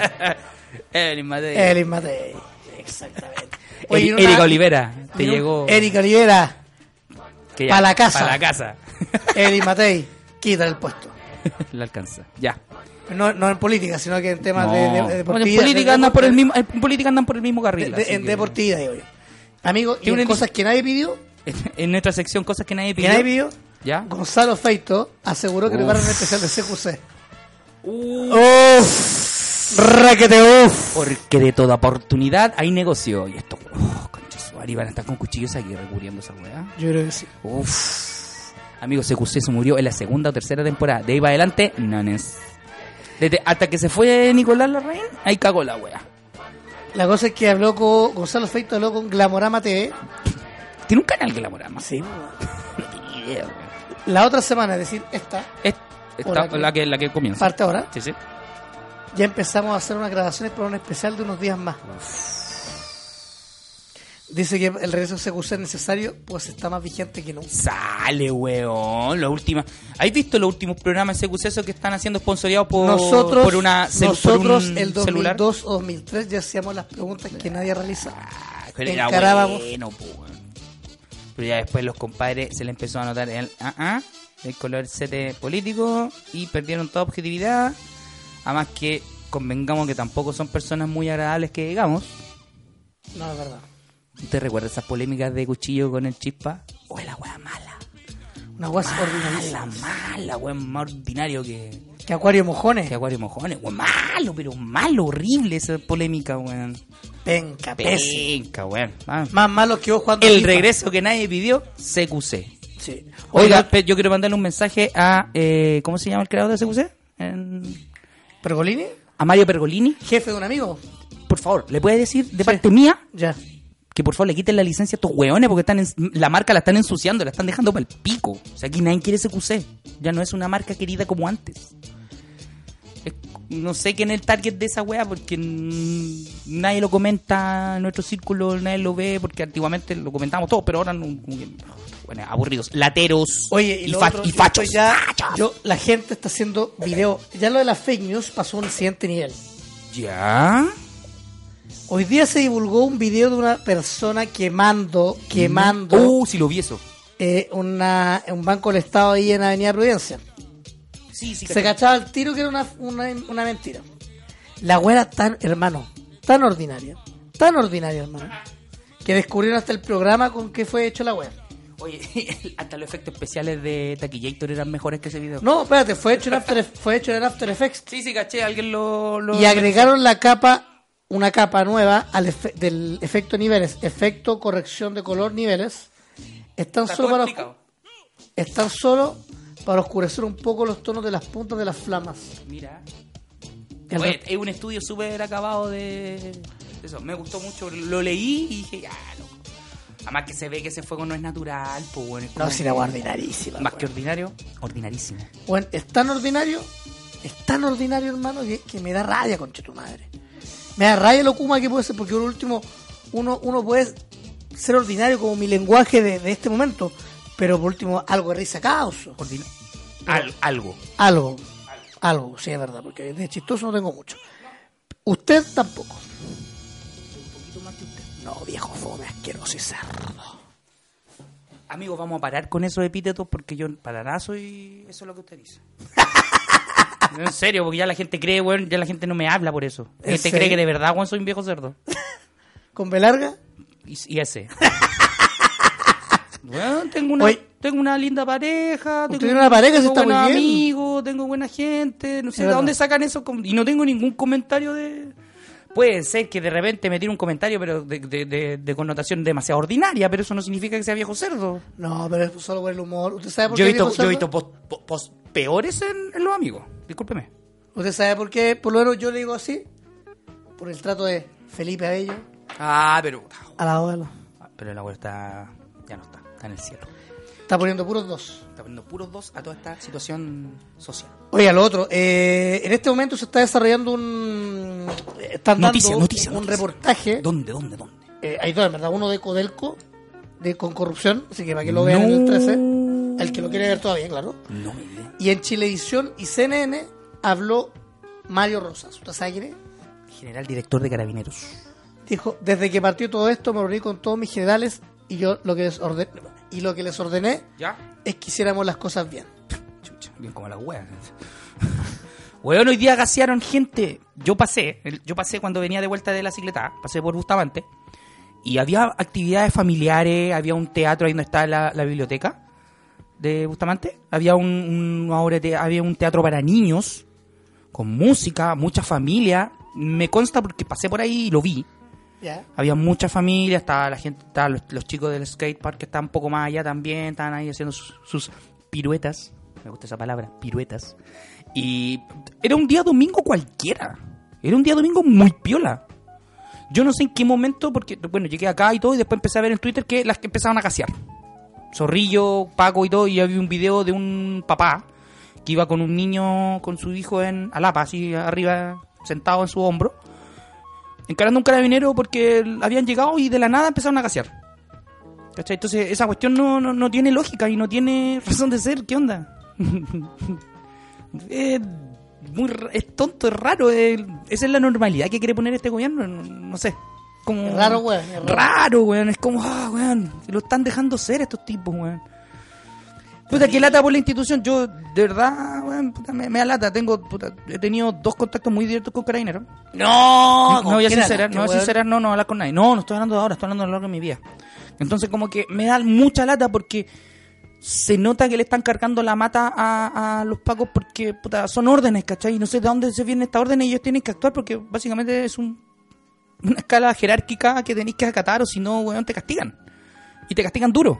Evelyn Matei. Evelyn Matei. Exactamente. Oye, Eri- y una- Erika Olivera. Te y un- llegó. Erika Olivera, que ya- pa' la casa. Pa' la casa. Evelyn Matei, quita el puesto. La alcanza. Ya. No, no en política, sino que en temas No. de, de- de Porque en deportividad, política de- andan por el de- mismo, en política andan por el mismo de- carril. de- así en que- deportividad, digo yo. Amigo, y Tiene en un- cosas que nadie pidió, En nuestra sección cosas que nadie que pidió. nadie pidió, Ya. Gonzalo Feito aseguró que Uf. prepara un especial de CQC. Uh, ¡Uf! ¡Raquete uf! porque de toda oportunidad hay negocio. Y esto, oh, concha su madre, van a estar con cuchillos aquí recubriendo esa weá. Yo creo que sí. Uff. Amigo, CQC se murió en la segunda o tercera temporada. De ahí para adelante, nanes. Desde, hasta que se fue Nicolás Larraín, ahí cagó la wea. La cosa es que habló con Gonzalo Feito, habló con Glamorama TV. Tiene un canal que elabora más. Sí. No tiene idea, wea. La otra semana, es decir, esta, Es- esta- O la que- la, que, la que comienza. parte ahora, Sí, sí. ya empezamos a hacer unas grabaciones para un especial de unos días más. Dice que el regreso de CQC es necesario, pues está más vigente que nunca. Sale, weón. La última. ¿Has visto los últimos programas de CQC esos que están haciendo sponsoriados por, nosotros, por una cel- por nosotros un el 2002 celular? o 2003 ya hacíamos las preguntas que nadie realiza. Ah, pero era encarábamos. bueno, po, weón. Pero ya después los compadres se le empezó a notar el, ah, ah, el color sete político y perdieron toda objetividad. Además que convengamos que tampoco son personas muy agradables que digamos. No, es verdad. ¿Usted recuerda esas polémicas de cuchillo con el chispa? O la wea mala. Una guasa Mala, ordinaria. mala, weón, más ordinario que, Que acuario mojones. que Acuario Mojones, weón. Malo, pero malo, horrible esa polémica, weón. Penca, pésimo. Penca, weón. Ah. Más malo que vos jugando. El FIFA. regreso que nadie pidió, CQC. Sí. Oiga, pe- yo quiero mandarle un mensaje a. eh, ¿Cómo se llama el creador de CQC? En- ¿Pergolini? a Mario Pergolini. ¿Jefe de un amigo? Por favor, ¿le puede decir de Sí. parte mía Ya. que por favor le quiten la licencia a estos hueones porque están en- la marca la están ensuciando, la están dejando para el pico. O sea, aquí nadie quiere CQC. Ya no es una marca querida como antes. Es- no sé quién es el target de esa wea porque mm, nadie lo comenta en nuestro círculo, nadie lo ve porque antiguamente lo comentábamos todos, pero ahora no, como que- bueno, aburridos, lateros Oye, y, lo fa- otro, y yo estoy fachos. Ya, ¡Fachos! yo, la gente está haciendo video. Ya lo de las fake news pasó a un siguiente nivel. ¿Ya? Hoy día se divulgó un video de una persona quemando, quemando Uh, si lo vi eso. eh, una, un banco del Estado ahí en Avenida Providencia. Sí, sí, Se cachaba el tiro que era una, una, una mentira. La güera tan, hermano, tan ordinaria, tan ordinaria, hermano, que descubrieron hasta el programa con que fue hecho la güera. Oye, hasta los efectos especiales de Taquillator eran mejores que ese video. No, espérate, fue hecho en After, E- fue hecho en After Effects. Sí, sí, caché, alguien lo... lo- Y agregaron la capa, una capa nueva al efe- del efecto niveles, efecto corrección de color niveles. Están Está solo, todo para, explicado. oscu- están solo para oscurecer un poco los tonos de las puntas de las flamas. Mira. El Oye, re- es un estudio súper acabado de... de Eso, me gustó mucho. Lo leí y dije, ya, loco. Además que se ve que ese fuego no es natural, pues bueno. es no, como- si la agua ordinarísima. Más weón. que ordinario, ordinarísimo. Bueno, es tan ordinario, es tan ordinario, hermano, que, que me da rabia, concha tu madre. Me da rabia lo kuma que puede ser, porque por último, uno, uno puede ser ordinario como mi lenguaje de, de este momento, pero por último, algo de risa causa. Ordina- Al- algo. Algo, algo, sí, es verdad, porque de chistoso no tengo mucho. Usted tampoco. No, viejo fome, asqueroso y cerdo. Amigos, vamos a parar con esos epítetos porque yo para nada soy... Eso es lo que usted dice. No, En serio, porque ya la gente cree, weón, ya la gente no me habla por eso. La ¿En gente serio? cree que de verdad, weón, soy un viejo cerdo. ¿Con B larga? Y, y ese. Weón, tengo una, Oye. tengo una linda pareja. Tengo, tiene una pareja, eso tengo está muy buenos bien. amigos, tengo buena gente. No sé Es de verdad. dónde sacan eso. com- Y no tengo ningún comentario de. Puede ser que de repente me tire un comentario, pero de, de- de- de connotación demasiado ordinaria, pero eso no significa que sea viejo cerdo. No, pero es solo por el humor. ¿Usted sabe por Yo he qué visto, viejo yo he cerdo? visto post- po- post peores en, en los amigos. Discúlpeme. ¿Usted sabe por qué? Por lo menos yo le digo así. Por el trato de Felipe Abello Ah, pero. a la abuela. Pero el abuelo está. Ya no está. Está en el cielo. Está poniendo puros dos. Está poniendo puros dos a toda esta situación social. Oiga, lo otro. eh, en este momento se está desarrollando un... Están Noticia, dando noticia, un noticia. reportaje. ¿Dónde, dónde, dónde? Eh, hay dos, en verdad. Uno de Codelco, de con corrupción. Así que para que lo vean en el 13. Al que lo quiere ver todavía, claro. No me digas. Y en Chilevisión y CNN habló Mario Rosas. ¿Usted sabe quién es? General director de carabineros. Dijo, desde que partió todo esto me reuní con todos mis generales y yo lo que les ordené, y lo que les ordené ¿Ya? es que hiciéramos las cosas bien. Chucha, bien como la wea. Weón, hoy día gasearon gente. Yo pasé, el- yo pasé cuando venía de vuelta de la cicleta, pasé por Bustamante, y había actividades familiares, había un teatro ahí donde está la, la biblioteca de Bustamante, había un, un- una obra de- había un teatro para niños, con música, mucha familia. Me consta porque pasé por ahí y lo vi. ¿Ya? había mucha familia, estaba la gente, estaban los, los chicos del skate park que estaban un poco más allá también, estaban ahí haciendo sus, sus piruetas, me gusta esa palabra, piruetas. Y era un día domingo cualquiera, era un día domingo muy piola. Yo no sé en qué momento, porque bueno, llegué acá y todo, y después empecé a ver en Twitter que las que empezaban a casear. Zorrillo, Paco y todo, y había un video de un papá que iba con un niño, con su hijo en Alapa, así arriba, sentado en su hombro, encarando a un carabinero porque habían llegado y de la nada empezaron a gasear. ¿Cachai? Entonces esa cuestión no, no, no tiene lógica y no tiene razón de ser. ¿Qué onda? es, muy, r- es tonto, es raro. es- esa es la normalidad que quiere poner este gobierno. No, no sé. Como, Es raro, weón, es raro. Raro, weón. Es como, ah, weón. Lo están dejando ser estos tipos, weón. Puta, que lata por la institución. Yo, de verdad, weón, puta, me, me da lata. Tengo, puta, he tenido dos contactos muy directos con carabineros. No, No voy a sincerar, sincerar, no voy a sincerar, no, no voy a hablar con nadie. No, no estoy hablando de ahora, estoy hablando de lo largo de mi vida. Entonces, como que me da mucha lata porque se nota que le están cargando la mata a, a los pacos porque puta, son órdenes, ¿cachai? Y no sé de dónde se vienen estas órdenes y ellos tienen que actuar porque básicamente es un- una escala jerárquica que tenéis que acatar o si no, weón, te castigan. Y te castigan duro.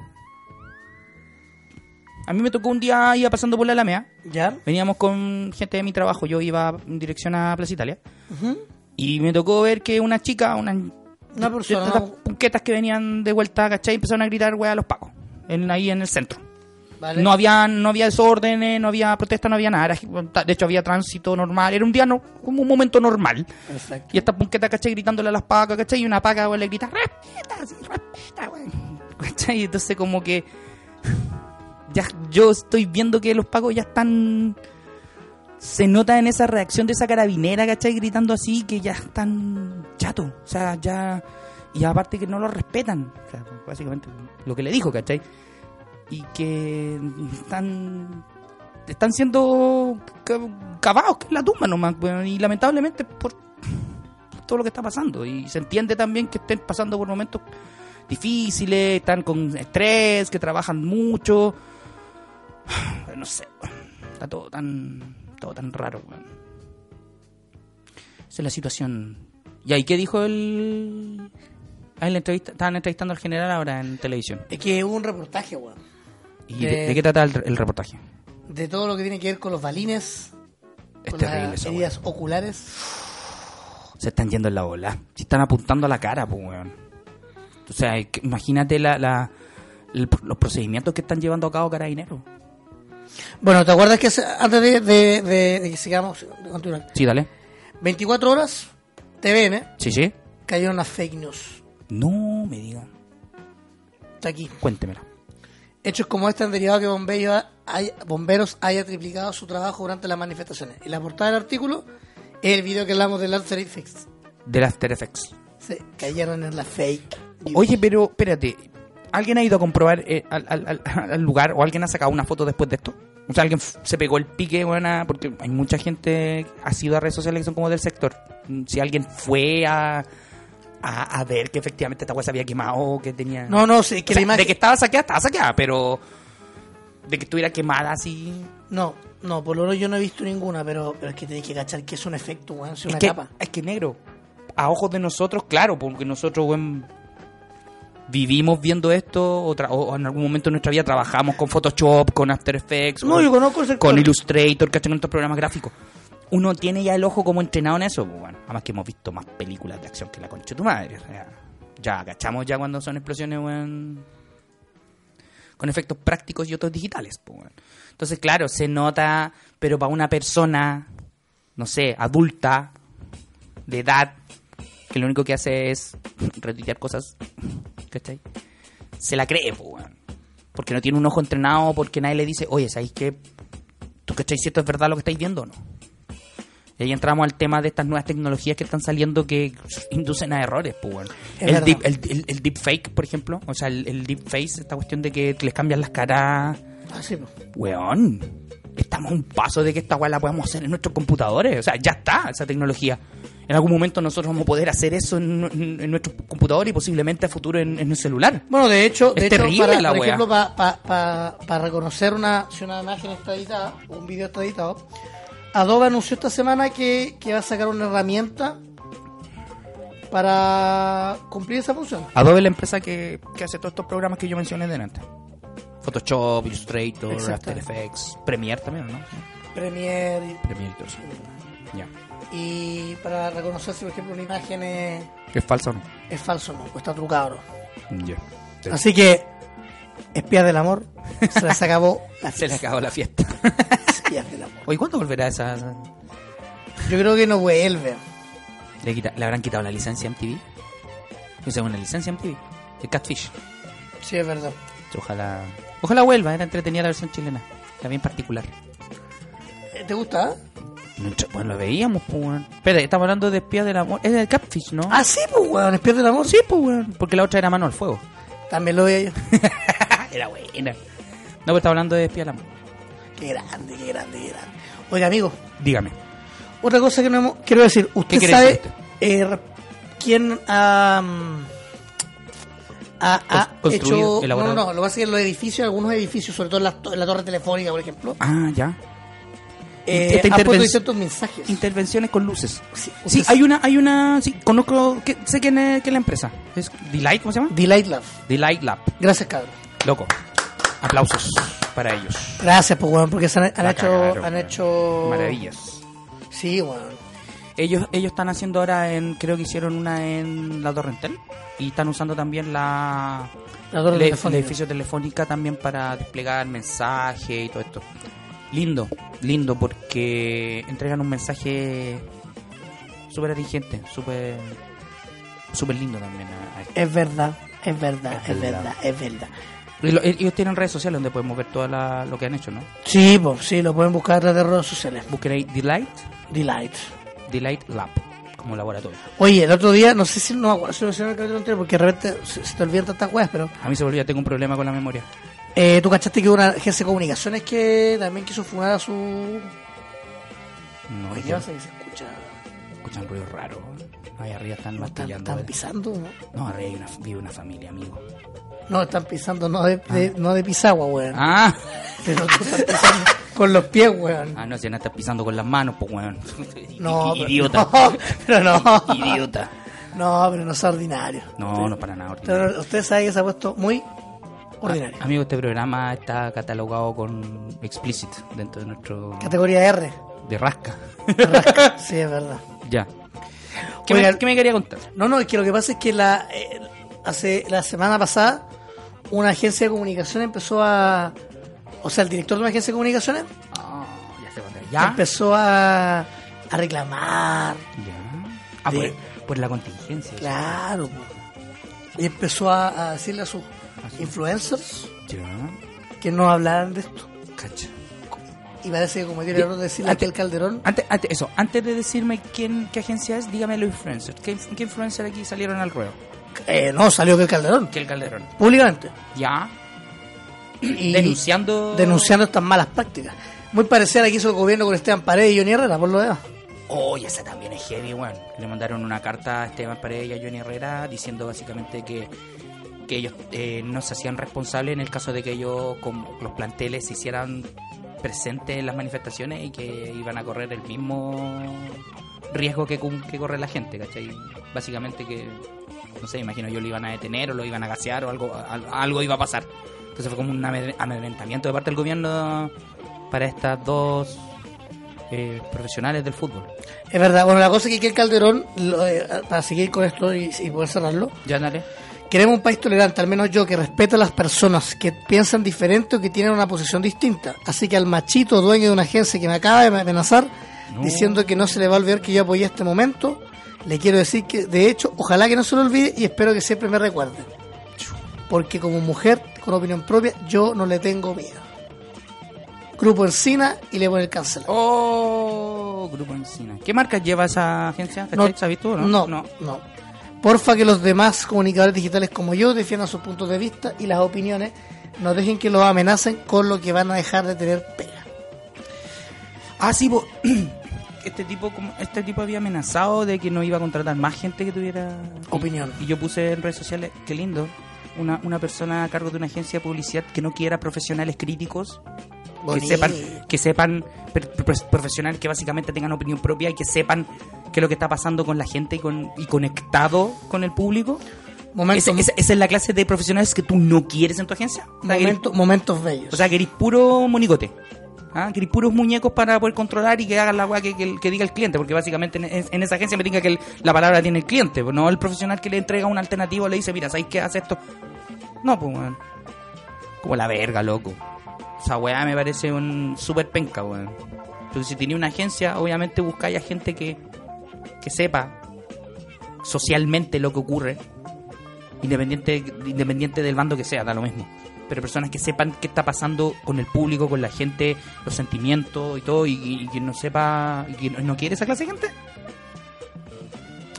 A mí me tocó un día, iba pasando por la Alamea, ¿Ya? Veníamos con gente de mi trabajo, yo iba en dirección a Plaza Italia. Y me tocó ver que una chica, una, Una persona, de estas una- punquetas que venían de vuelta, ¿cachai? Empezaron a gritar, weá, a los pacos, en, ahí en el centro. Vale. No, había, no había desórdenes, no había protesta, no había nada. Era- de hecho, había tránsito normal. Era un día, no, como un momento normal. Perfecto. Y esta punqueta, ¿cachai? Gritándole a las pacas, ¿cachai? Y una paca, güey, le grita, respeta, sí, respeta, güey. ¿Cachai? Entonces como que... Ya, yo estoy viendo que los pacos ya están... Se nota en esa reacción de esa carabinera, ¿cachai? Gritando así que ya están chato. O sea, ya... Y aparte que no lo respetan. O sea, básicamente lo que le dijo, ¿cachai? Y que están... Están siendo ca- cavados que en la tumba nomás, weón. y lamentablemente por todo lo que está pasando. Y se entiende también que estén pasando por momentos difíciles, están con estrés, que trabajan mucho. No sé, weón. está todo tan, todo tan raro. weón. Esa es la situación. ¿Y ahí qué dijo el...? Ah, en la entrevista, estaban entrevistando al general ahora en televisión. Es que hubo un reportaje, weón. ¿Y de, Eh, de qué trata el, el reportaje? De todo lo que tiene que ver con los balines, Es con terrible las esa heridas oculares. se están yendo en la bola. Se están apuntando a la cara, pues, weón. O sea, que- imagínate la, la- el- los procedimientos que están llevando a cabo Carabineros. Bueno, ¿te acuerdas que se- antes de, de- de- de que sigamos, de continuar? Sí, dale. 24 horas, TVN, Sí, sí. cayeron las fake news. No me digan. Está aquí. Cuéntemela. Hechos como este han derivado que bomberos haya, bomberos haya triplicado su trabajo durante las manifestaciones. Y la portada del artículo es el video que hablamos del After Effects. Del After Effects. Se cayeron en la fake. news. Oye, pero espérate. ¿Alguien ha ido a comprobar eh, al, al- al- al lugar o alguien ha sacado una foto después de esto? O sea, alguien f- se pegó el pique, buena, porque hay mucha gente que ha sido a redes sociales que son como del sector. Mm, Si alguien fue a, a, a ver que efectivamente esta weá se había quemado o que tenía. No, no, sí, es que O sea, la imagen... De que estaba saqueada, estaba saqueada, pero de que estuviera quemada así. No, no, por lo menos yo no he visto ninguna, pero, pero es que tenéis que cachar que es un efecto, weón, es Es una que, capa. es que negro, a ojos de nosotros, claro, porque nosotros, weón, vivimos viendo esto, o, tra- o en algún momento de nuestra vida trabajamos con Photoshop, con After Effects, No, con, yo conozco el sector. con Illustrator, que estos programas gráficos. Uno tiene ya el ojo como entrenado en eso, pues, bueno, además que hemos visto más películas de acción que la concha de tu madre. o sea, ya agachamos ya cuando son explosiones, weón. con efectos prácticos y otros digitales. po, weón. Entonces, claro, se nota, pero para una persona, no sé, adulta, de edad, que lo único que hace es retuitear cosas, ¿cachai? Se la cree, po, weón. porque no tiene un ojo entrenado, porque nadie le dice, oye, ¿sabéis qué? ¿Tú cachai si esto es verdad lo que estáis viendo o no? Y ahí entramos al tema de estas nuevas tecnologías que están saliendo que inducen a errores, pues, weón. Es El verdad. deep, el, el, el deepfake, por ejemplo, o sea, el, el deepface, esta cuestión de que les cambian las caras, Ah, sí, po. weón, estamos a un paso de que esta weá la podemos hacer en nuestros computadores, o sea, ya está esa tecnología. En algún momento nosotros vamos a poder hacer eso en, en- en nuestro computador y posiblemente a futuro en, en un celular. Bueno, de hecho, de Es hecho, terrible para, la por wea. ejemplo, para reconocer una, si una imagen está editada, un video está editado, Adobe anunció esta semana que, que va a sacar una herramienta para cumplir esa función. Adobe es la empresa que, que hace todos estos programas que yo mencioné delante. Photoshop, Illustrator, Exacto. After Effects, Premiere también, ¿no? Premiere Premiere, sí. Ya. y para reconocer si, por ejemplo, una imagen es, ¿Es falso o no? es falso o no, o está trucado o no. Ya. Así que, espías del amor, se las acabó. Se le acabó la fiesta. Espías del amor. Oye, ¿cuándo volverá esa, Yo creo que no vuelve. ¿Le, quita- le habrán quitado la licencia a MTV? Esa es una licencia a MTV. El Catfish. Sí, es verdad. Ojalá, ojalá vuelva, era entretenida la versión chilena. También particular. Eh, ¿Te gusta? ah? No, ch- Bueno, lo veíamos, pues, weón. Espera, estamos hablando de espías del amor. Es del Catfish, ¿no? Ah, sí, pues, weón. Espías del amor, sí, pues, weón. porque la otra era Mano al Fuego. También lo veía yo. Ah, era buena. No, pero estaba hablando de espía del amor. qué grande, qué grande, qué grande. Oiga, amigo, Dígame. otra cosa que no hemos. Quiero decir, ¿usted quiere sabe decir eh, re- quién am, ha, ha Cons- construido, hecho. No, no, elaborado. no. Lo que pasa es que en los edificios, algunos edificios, sobre todo en la, en la torre telefónica, por ejemplo, Ah, ya. eh, Esta han puesto intervención- distintos mensajes. Intervenciones con luces. Sí, Sí, usted- hay una, hay una, sí, conozco, que, sé quién es, quién es la empresa. ¿Es Delight, cómo se llama? Delight Love. Delight Lab. Gracias, cabrón. Loco. Aplausos para ellos. Gracias, pues, weón, porque se han, han La hecho. cagaron, han weón. hecho. Maravillas. Sí, weón. Ellos, ellos están haciendo ahora en, creo que hicieron una en la Torrentel y están usando también la, La torre el, ed- telefónica. el edificio telefónica también para desplegar mensajes y todo esto. Lindo, lindo porque entregan un mensaje súper atingente, súper súper lindo también. a- a esto. Es verdad, es verdad, Es es verdad. verdad, es verdad. Y lo- ellos tienen redes sociales donde podemos ver todo lo que han hecho, ¿no? Sí, pues, sí, lo pueden buscar en las redes sociales. Busquen ahí Delight, Delight. Delight Lab como laboratorio. Oye, el otro día, no sé si no me acuerdo si lo mencioné en el capítulo anterior, porque de repente se, se te olvidan tantas weas, pero A mí se me olvida, tengo un problema con la memoria. eh, tú cachaste que hubo una agencia de comunicaciones que también quiso funar a su. No, Oye, ¿qué pasa? Que se escucha. Escuchan ruido raro. Ahí arriba están No, están, martillando. eh. están pisando, ¿no? No, arriba hay una, vive una familia, amigo. No, están pisando, no de, de- no de pisagua, weón. Ah, Pero que están pisando con los pies, weón. ah no, si no estás pisando con las manos, pues weón. No, pero- Idiota. no, pero no. Idiota. No, pero no es ordinario. No, no para nada. ordinario. Pero usted sabe que se ha puesto muy Ah, ordinario. amigo, este programa está catalogado con explicit dentro de nuestro. Categoría R. de rasca. sí, es verdad. ya. ¿Qué, Oigan. me, qué me quería contar? No, no, es que lo que pasa es que la eh, hace la semana pasada una agencia de comunicación empezó a o sea, el director de una agencia de comunicaciones Ah, ya se va a caer. Ya. empezó a, a reclamar, Ya. Ah, De- por, por la contingencia. claro. po. Y empezó a, a decirle a sus influencers Ya. que no hablaran de esto. Cacha. Y parece que cometió el error de decirle a aquel Calderón Antes, antes- eso, antes de decirme quién, qué agencia es, dígame los influencers. ¿Qué, inf- qué influencer aquí salieron al ruedo? eh, no, salió aquel Calderón Que el Calderón. públicamente Ya. y Denunciando. denunciando estas malas prácticas. Muy parecida a la que hizo el gobierno con Esteban Paredes y Johnny Herrera, por lo demás. Oye, esa también es heavy, weón. Le mandaron una carta a Esteban Paredes y a Johnny Herrera diciendo básicamente que, que ellos eh, no se hacían responsables en el caso de que ellos, como los planteles, se hicieran presentes en las manifestaciones y que iban a correr el mismo riesgo que, cum- que corre la gente, ¿cachai? Básicamente que, no sé, imagino yo lo iban a detener o lo iban a gasear o algo, al- algo iba a pasar. Entonces fue como un amed- amedrentamiento de parte del gobierno para estas dos eh, profesionales del fútbol. Es verdad, bueno, la cosa es que aquí el Calderón, lo, eh, para seguir con esto y, y poder cerrarlo, Ya, dale. queremos un país tolerante, al menos yo, que respeta a las personas que piensan diferente o que tienen una posición distinta. Así que al machito dueño de una agencia que me acaba de amenazar, No. diciendo que no se le va a olvidar que yo apoyé este momento, le quiero decir que, de hecho, ojalá que no se lo olvide y espero que siempre me recuerde. Porque como mujer, con opinión propia, yo no le tengo miedo. Grupo Encina y le pone el cancelar. Oh, Grupo Encina. ¿Qué marcas lleva esa agencia? No, ¿Cachai? ¿Sabes tú? o No, no, no. Porfa que los demás comunicadores digitales como yo defiendan sus puntos de vista y las opiniones. No dejen que los amenacen con lo que van a dejar de tener pega. Ah, sí, po. este tipo como- este tipo había amenazado de que no iba a contratar más gente que tuviera Opinión. Y yo puse en redes sociales, qué lindo, una, una persona a cargo de una agencia de publicidad que no quiera profesionales críticos, que Bonito. sepan, que sepan per- per- profesionales que básicamente tengan opinión propia y que sepan qué es lo que está pasando con la gente y, con, y conectado con el público. Momento- Ese- esa- esa es la clase de profesionales que tú no quieres en tu agencia. O sea, que eres- momento- momentos bellos. O sea, querís puro monigote. ¿Ah? Querís puros muñecos para poder controlar y que hagan la weá que, que- que diga el cliente. Porque básicamente en, en esa agencia me diga que el- la palabra tiene el cliente, pues, no el profesional que le entrega una alternativa o le dice, mira, ¿sabes qué? Haz esto. No, pues, weón. Como la verga, loco. Esa weá me parece un super penca, weón. Porque si tenía una agencia, obviamente buscáis a gente que, que sepa socialmente lo que ocurre, independiente, independiente del bando que sea, da lo mismo. Pero personas que sepan qué está pasando con el público, con la gente, los sentimientos y todo, y, y- y quien no sepa, y quien no- no quiere esa clase de gente.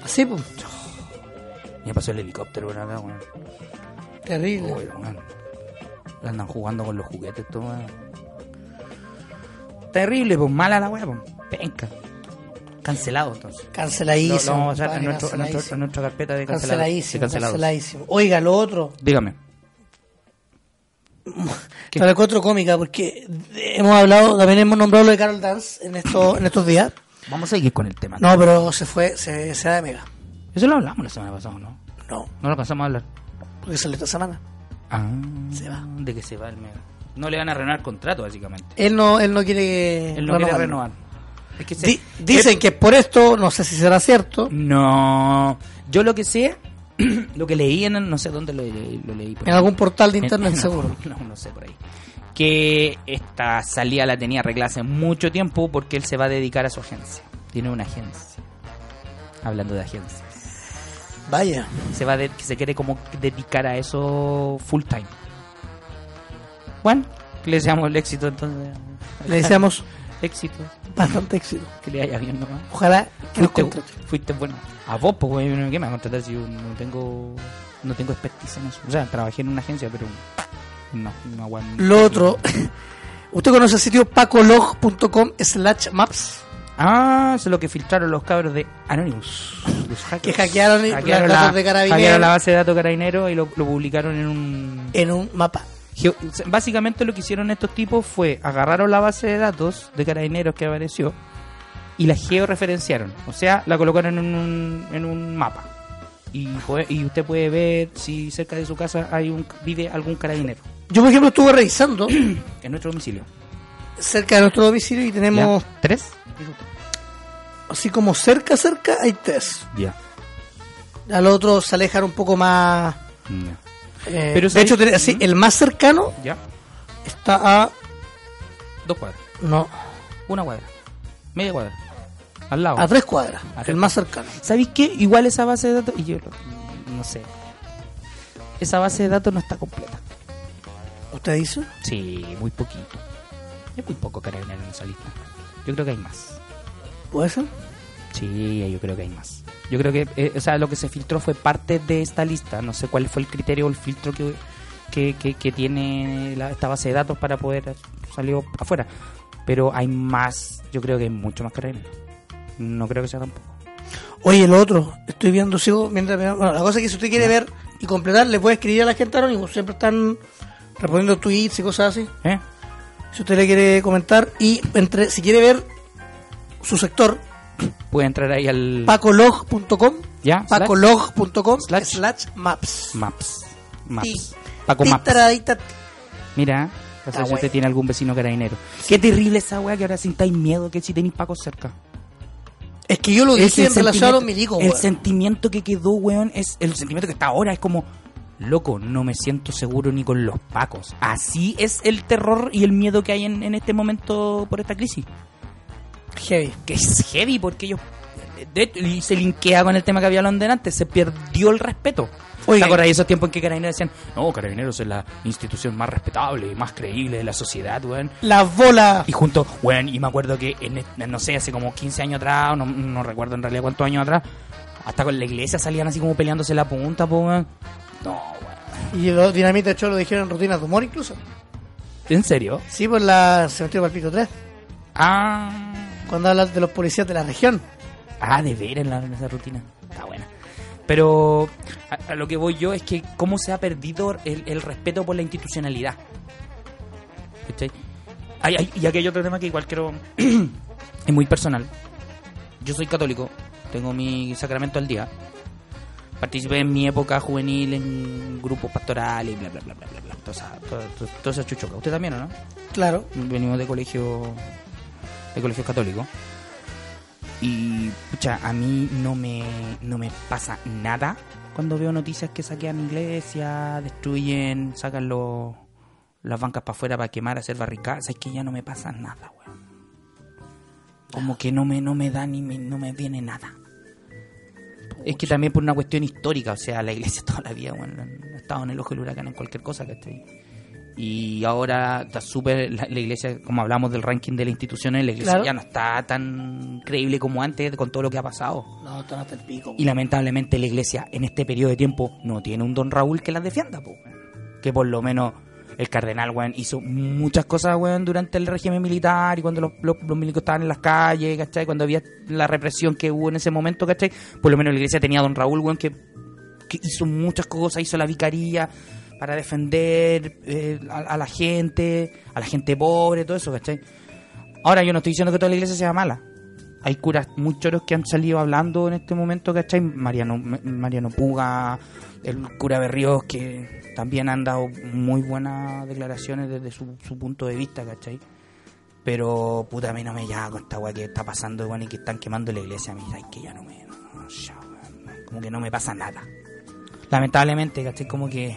Sí, pues. Me pasó el helicóptero, weón, acá, weón. Terrible. Uy, weón. Andan jugando con los juguetes, todo, weón. Terrible, pues mala la weá, pues. Penca. Cancelado, entonces. Lo, lo Canceladísimo. vamos a pasar compadre, en, nuestro- en nuestro- en canceladísimo. nuestra carpeta de cancelados. de Canceladísimo, cancelados. canceladísimo. Oiga, lo otro, Dígame. ¿Qué? te la encuentro cómica porque hemos hablado, también hemos nombrado lo de Carol Dance en, esto, en estos días. Vamos a seguir con el tema. No, pero se fue, se, se da de mega. Eso lo hablamos la semana pasada, ¿no? No, No lo pasamos a hablar. porque sale esta semana. Ah, Se va. De que se va el mega. No le van a renovar contrato, básicamente. Él no, él no quiere Él no quiere renovarlo. renovar. eh, Es que se- Eh, Di- dicen que por esto, no sé si será cierto, No. Yo lo que sé, lo que leí en. No sé dónde lo leí. Lo leí por en ahí. algún portal de internet No, seguro. No, no sé por ahí. Que esta salida la tenía arreglada hace mucho tiempo porque él se va a dedicar a su agencia. Tiene una agencia. Hablando de agencia. Vaya, se va de- que se quiere como dedicar a eso full time. Bueno, que le deseamos el éxito entonces. le deseamos éxito, bastante éxito. que le vaya bien nomás. Ojalá que nos Fuiste, contrate. fuiste bueno. A vos, pues, güey, ¿qué me va a contratar si yo no tengo, no tengo expertise en eso? O sea, trabajé en una agencia, pero no, no aguanto. Lo otro, ¿usted conoce el sitio pacolog.com slash maps? Ah, eso es lo que filtraron los cabros de Anonymous. los hackers. Que hackearon y- las la, bases de carabineros. hackearon la base de datos carabinero y lo, lo publicaron en un... En un mapa. Geo- Básicamente lo que hicieron estos tipos fue agarraron la base de datos de carabineros que apareció y la georreferenciaron. O sea, la colocaron en un, en un mapa. Y, puede- y usted puede ver si cerca de su casa hay un vive algún carabinero Yo, por ejemplo, estuve revisando en nuestro domicilio. cerca de nuestro domicilio y ¿Ya? tenemos, ¿Tres? así como cerca, cerca, hay tres. Ya. Al otro se alejan un poco más. eh, Pero de ¿sabes? hecho, ten- así, el más cercano Ya. está a. Dos cuadras. No, Una cuadra. Media cuadra. Al lado. a tres cuadras. A tres el más cercano. ¿Sabéis qué? Igual esa base de datos. Y yo lo- no sé. Esa base de datos no está completa. ¿Usted dice? Sí, muy poquito. Es muy poco carabinero en esa lista. Yo creo que hay más. ¿Puede ser? Sí, yo creo que hay más. Yo creo que, eh, o sea, lo que se filtró fue parte de esta lista. No sé cuál fue el criterio o el filtro que, que, que- que tiene la- esta base de datos para poder salir afuera. Pero hay más, yo creo que hay mucho más carabinero. No creo que sea tampoco. Oye, el otro, estoy viendo, sigo mientras. Bueno, la cosa es que si usted quiere ver y completar, le puede escribir a la gente anónimo. Siempre están respondiendo tweets y cosas así. ¿Eh? Si usted le quiere comentar y entre, si quiere ver su sector, Puede entrar ahí al pacolog.com, Mm. Ya, slash. pacolog.com Slash. slash, maps. Maps. Maps. Y- Paco Maps. Titaradita- Mira, no Está sé si usted bueno. tiene algún vecino carabinero. Qué terrible esa weá que ahora sintáis miedo que si tenéis Paco cerca. Es que yo lo Ese dije en relación a los sentimiento- milicos, El weón. sentimiento que quedó, weón, es el sentimiento que está ahora. Es como, loco, no me siento seguro ni con los pacos. Así es el terror y el miedo que hay en, en este momento por esta crisis. Heavy. Que es heavy porque ellos. de hecho, y se linkea con el tema que había hablado antes. Se perdió el respeto. Oiga. ¿Te acordás de esos tiempos en que Carabineros decían, no, Carabineros es la institución más respetable y más creíble de la sociedad, weón? La bola. Y junto, bueno, y me acuerdo que, en, este- no sé, hace como 15 años atrás, no, no recuerdo en realidad cuántos años atrás, hasta con la iglesia salían así como peleándose la punta, po, weón. No, weón. Y los Dinamita Show lo dijeron en rutina de humor incluso. ¿En serio? Sí, por la Cementerio Palpito 3. Ah, Cuando hablan de los policías de la región. ah de ver en, la, en esa rutina. Está buena. Pero a, a lo que voy yo es que cómo se ha perdido el, el respeto por la institucionalidad. ¿Cachai? Ay, ay, y aquí hay otro tema que igual quiero... es muy personal. Yo soy católico, tengo mi sacramento al día. Participé en mi época juvenil en grupos pastorales, bla, bla, bla, bla, bla, bla. Toda esa, toda- toda- toda esa chuchoca. ¿Usted también o no? Claro. venimos de colegio de colegio católico y pucha a mí no me no me pasa nada cuando veo noticias que saquean iglesias destruyen sacan los las bancas para afuera para quemar hacer barricadas es que ya no me pasa nada weón Como que no me, no me da ni me- no me viene nada. Es que también por una cuestión histórica, o sea, la iglesia toda la vida bueno, ha estado en el ojo del huracán en cualquier cosa, ¿cachai? Y ahora está súper, la, la iglesia, como hablamos del ranking de las instituciones, la iglesia Claro. ya no está tan creíble como antes con todo lo que ha pasado. No, están hasta el pico. Y lamentablemente la iglesia en este periodo de tiempo no tiene un don Raúl que las defienda, po, weón. que por lo menos el cardenal weón, hizo muchas cosas weón, durante el régimen militar y cuando los, los, los milicos estaban en las calles, ¿cachai? cuando había la represión que hubo en ese momento, ¿cachai? por lo menos la iglesia tenía a don Raúl weón, que, que hizo muchas cosas, hizo la vicaría para defender eh, a, a la gente, a la gente pobre, todo eso, ¿cachai? Ahora, yo no estoy diciendo que toda la iglesia sea mala. Hay curas muy choros que han salido hablando en este momento, ¿cachai? Mariano, M- Mariano Puga, el cura Berríos, que también han dado muy buenas declaraciones desde su, su punto de vista, ¿cachai? Pero, puta, a mí no me llama con esta weá que está pasando, weón, y que están quemando la iglesia. A mí, ay, que ya no me... no, ya, weón, como que no me pasa nada. Lamentablemente, ¿cachai? Como que...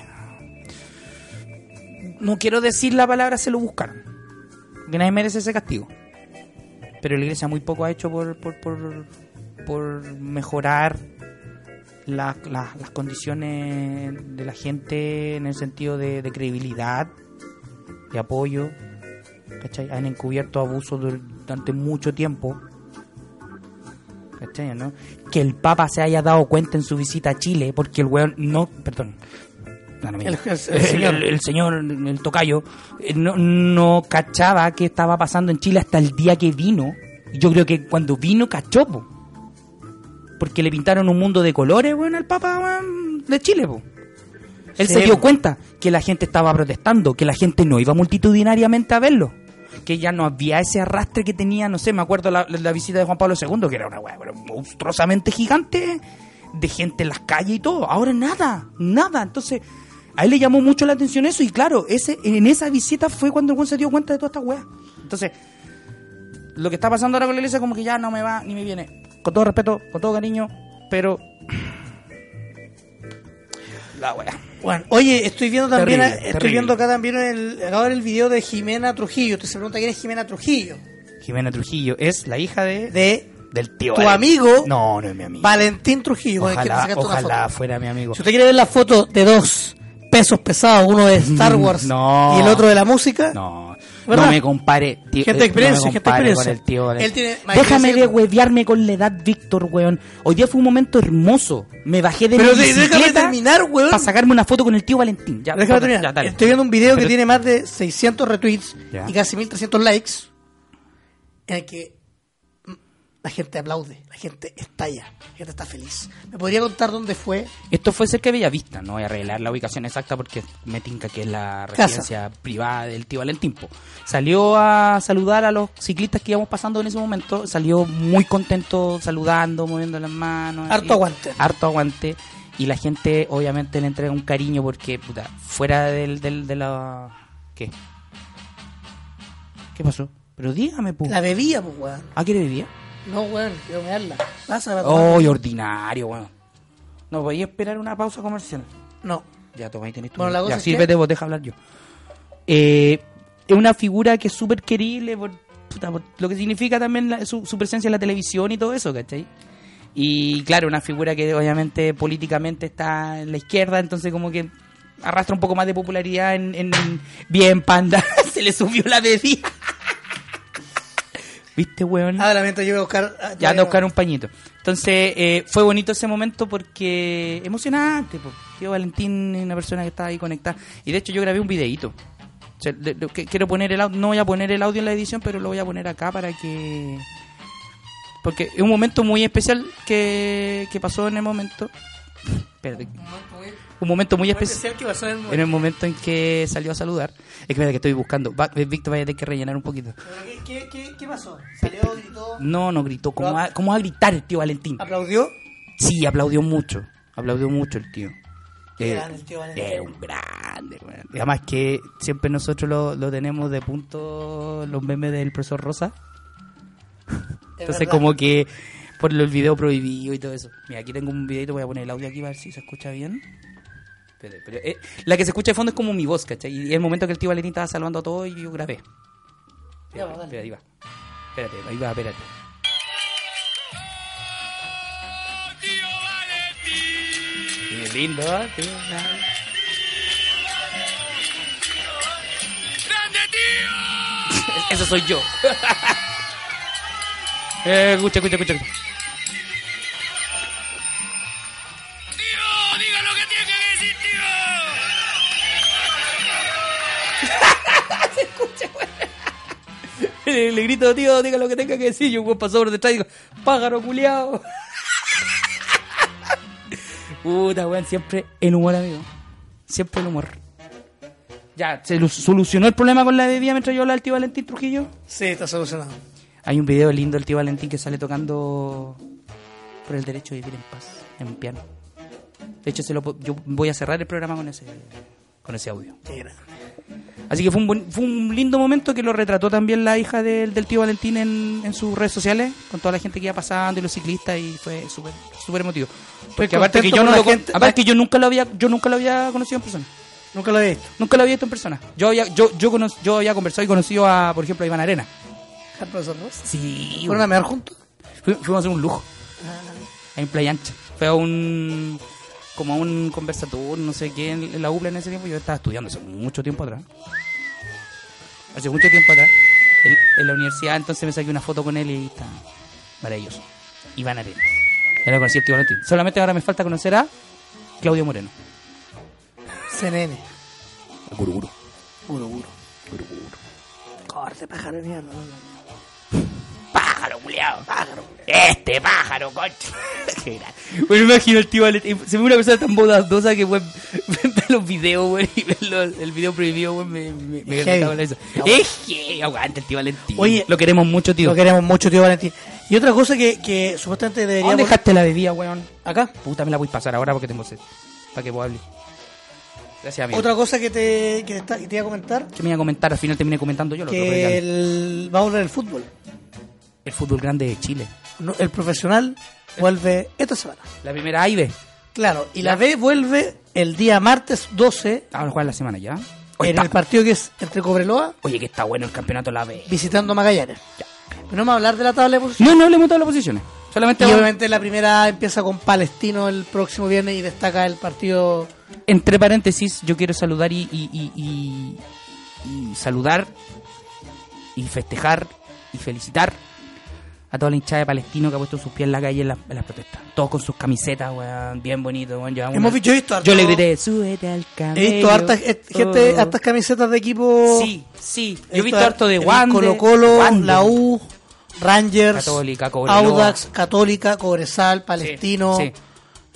No quiero decir la palabra, se lo buscaron. Que nadie merece ese castigo pero la iglesia muy poco ha hecho por, por, por, por mejorar la- la- las condiciones de la gente en el sentido de, de credibilidad, de apoyo. ¿cachai? Han encubierto abusos dur- durante mucho tiempo. ¿cachai, no? Que el Papa se haya dado cuenta en su visita a Chile, porque el weón no. Perdón. No, no, mira. El- el- el señor. el- el señor, el tocayo, eh, no, no cachaba qué estaba pasando en Chile hasta el día que vino. Yo creo que cuando vino cachó, po. porque le pintaron un mundo de colores, weón, al Papa weón, de Chile, po. Él Sí, se dio po. cuenta que la gente estaba protestando, que la gente no iba multitudinariamente a verlo, que ya no había ese arrastre que tenía, no sé, me acuerdo la, la- la visita de Juan Pablo II, que era una weá pero monstruosamente gigante, de gente en las calles y todo. Ahora nada, nada. Entonces, a él le llamó mucho la atención eso, y claro, ese en esa visita fue cuando el weón se dio cuenta de toda esta weá. Entonces, lo que está pasando ahora con la iglesia como que ya no me va ni me viene. Con todo respeto, con todo cariño, pero... La weá. Bueno, oye, estoy viendo también, Terrible, estoy terrible. viendo acá también el, acabo de ver el video de Jimena Trujillo. Usted se pregunta quién es Jimena Trujillo. Jimena Trujillo es la hija de, De del tío. tu Valen- amigo- No, no es mi amigo. Valentín Trujillo. con el que te ojalá sacaste una ojalá foto. fuera mi amigo. Si usted quiere ver la foto de dos pesos pesados, uno de Star Mm, Wars no. y el otro de la música, No, ¿Verdad? no me compare. Tío, Gente de eh, experiencia, no me gente de compare experiencia. Con el tío Valen- Él tiene- Déjame de imagínese- huevearme con la edad, Víctor, weón. Hoy día fue un momento hermoso. Me bajé de Pero mi de- déjame bicicleta terminar, weón. Para sacarme una foto con el tío Valentín. Ya, Déjame foto, terminar. ya, dale. Estoy viendo un video que Pero- tiene más de 600 retweets Ya. y casi 1300 likes. En el que mm, la gente aplaude, la gente estalla, la gente está feliz. ¿Me podría contar dónde fue? Esto fue cerca de Bellavista, no voy a revelar la ubicación exacta porque me tinca que es la Casa. residencia privada del tío Valentín. po. Salió a saludar a los ciclistas que íbamos pasando en ese momento, salió muy contento saludando, moviendo las manos. Harto así. aguante. Harto aguante. Y la gente obviamente le entrega un cariño porque, puta, fuera del, del- de la... ¿Qué? ¿Qué pasó? Pero dígame, pu. La bebía, pues, weón. ¿A qué le bebía? No, weón, quiero mearla. Pásala. ¡Oh, ordinario, weón! No podía esperar una pausa comercial. No. Ya, toma ahí tenés tu- Bueno, la cosa Ya, es sí, que- vete vos, deja hablar yo. Eh, es una figura que es súper querible por, puta, por lo que significa también la- su, su presencia en la televisión y todo eso, ¿cachai? Y claro, una figura que obviamente políticamente está en la izquierda, entonces como que arrastra un poco más de popularidad en... en- en- Bien, panda, se le subió la bebida. ¿Viste, weón? Ah, lamento, yo voy a buscar. ah, Mm. Ya anda todavía a no. buscar un pañito. Entonces, eh, fue bonito ese momento porque emocionante. po. Tío Valentín es una persona que está ahí conectada. Y de hecho, yo grabé un videíto. O sea, de- de- que- quiero poner el audio. No voy a poner el audio en la edición, pero lo voy a poner acá para que. Porque es un momento muy especial que, que pasó en el momento. Espérate. Un momento muy especial. Especial que pasó en el En el momento en que salió a saludar. Es que espérate que estoy buscando. Va- eh, Víctor, vaya a tener que rellenar un poquito. ¿Qué- ¿Qué, qué, ¿Qué pasó? Salió, gritó, No, no gritó. ¿Cómo va, cómo va a gritar el tío Valentín? aplaudió. Sí, aplaudió mucho. Aplaudió mucho el tío. Qué Eh, grande el tío Valentín. eh, un grande, weón. Y Además que siempre nosotros lo, lo tenemos de punto los memes del profesor Rosa. Entonces verdad. como que por lo- el video prohibido y todo eso. Mira, aquí tengo un videito, voy a poner el audio aquí para ver si se escucha bien. Espérate, pero, eh, la que se escucha de fondo es como mi voz, ¿cachai? Y es el momento que el tío Valentín estaba salvando a todos y yo grabé. Ya, pues, Espérate, ahí va. Espérate, ahí va, espérate. Qué lindo. ¿eh? Qué lindo. Eso soy yo. eh, escucha, escucha, escucha. escucha. ¡Tío! ¡Diga lo que tiene que decir, tío! Le, le grito, tío, diga lo que tenga que decir. Yo, weón, pasó por detrás y digo, pájaro culiao. Puta, weón, siempre el humor, amigo. Siempre el humor. Ya, ¿se lu- solucionó el problema con la bebida mientras yo hablaba al tío Valentín Trujillo? Sí, está solucionado. Hay un video lindo del tío Valentín que sale tocando por el derecho a vivir en paz, en piano. De hecho, se lo, po- yo voy a cerrar el programa con ese, con ese audio. Qué grande. Así que fue un, buen- fue un lindo momento que lo retrató también la hija del, del tío Valentín en, en sus redes sociales, con toda la gente que iba pasando y los ciclistas, y fue súper súper emotivo. Porque aparte, que contento yo, por no lo la con- gente- aparte que yo nunca lo había yo nunca lo había conocido en persona. Nunca lo he visto. Nunca lo había visto en persona. Yo había, yo, yo, cono- yo había conversado y conocido a, por ejemplo, a Iván Arena. ¿Al profesor Ross? Sí, ¿Fueron a mear juntos? Fui- fuimos a hacer un lujo. En Playa Ancha. Fue a un. Como a un conversatorio, no sé qué, en, en la UPLA en ese tiempo. Yo estaba estudiando hace mucho tiempo atrás. Hace mucho tiempo atrás. En, en la universidad, entonces me saqué una foto con él y está maravilloso. Iván Arenas. Ya lo conocí el tío Valentín. Solamente ahora me falta conocer a Claudio Moreno. CNN. A Guruguru. Puro, puro. Corte, pájaro de mierda. pájaro, culiao. Pájaro, Este pájaro, coche. Qué gran- bueno, me imagino el tío Valentín. Se ve una persona tan bodadosa que, weón, ver los videos, weón, y ver los- el video prohibido, weón, me, me, me Es encantaba heavy. eso. Es que, aguante el tío Valentín. Oye, lo queremos mucho, tío. Lo queremos mucho, tío Valentín. Y otra cosa que, que supuestamente deberíamos... ¿Dónde dejaste la bebida, weón? ¿Acá? Puta, me la voy a pasar ahora porque tengo sed. Para que vos hables. Gracias, amigo. Otra cosa que te, que está- que te iba a comentar, ¿Qué me iba a comentar? Al final terminé comentando yo lo otro, pero ya- que el, va a volver el fútbol. el fútbol grande de Chile. No, El profesional vuelve esta semana. La primera A y B. Claro, y la B vuelve el día martes 12 Ahora jugar la semana ya. Oye, en está- el partido que es entre Cobreloa Oye, que está bueno el campeonato de la B. visitando Magallanes. Pero no vamos a hablar de la tabla de posiciones. No, no hablemos de todas las posiciones. Solamente Y vamos- obviamente la primera empieza con Palestino el próximo viernes y destaca el partido entre paréntesis, yo quiero saludar y, y- y- y- y saludar y festejar y felicitar a toda la hinchada de Palestino que ha puesto sus pies en la calle en las, en las protestas. Todos con sus camisetas, weón, bien bonito, weón. Llevamos Hemos una- visto- yo he visto harto- Yo le grité, súbete al camello. He visto hartas, eh, gente, Oh. hartas camisetas de equipo. Sí, sí. He Yo he visto harto de el Wander. Colo Colo, Wander. la U, Rangers, Católica, Cobreloa. Audax, Católica, Cobresal, Sí, Palestino. sí.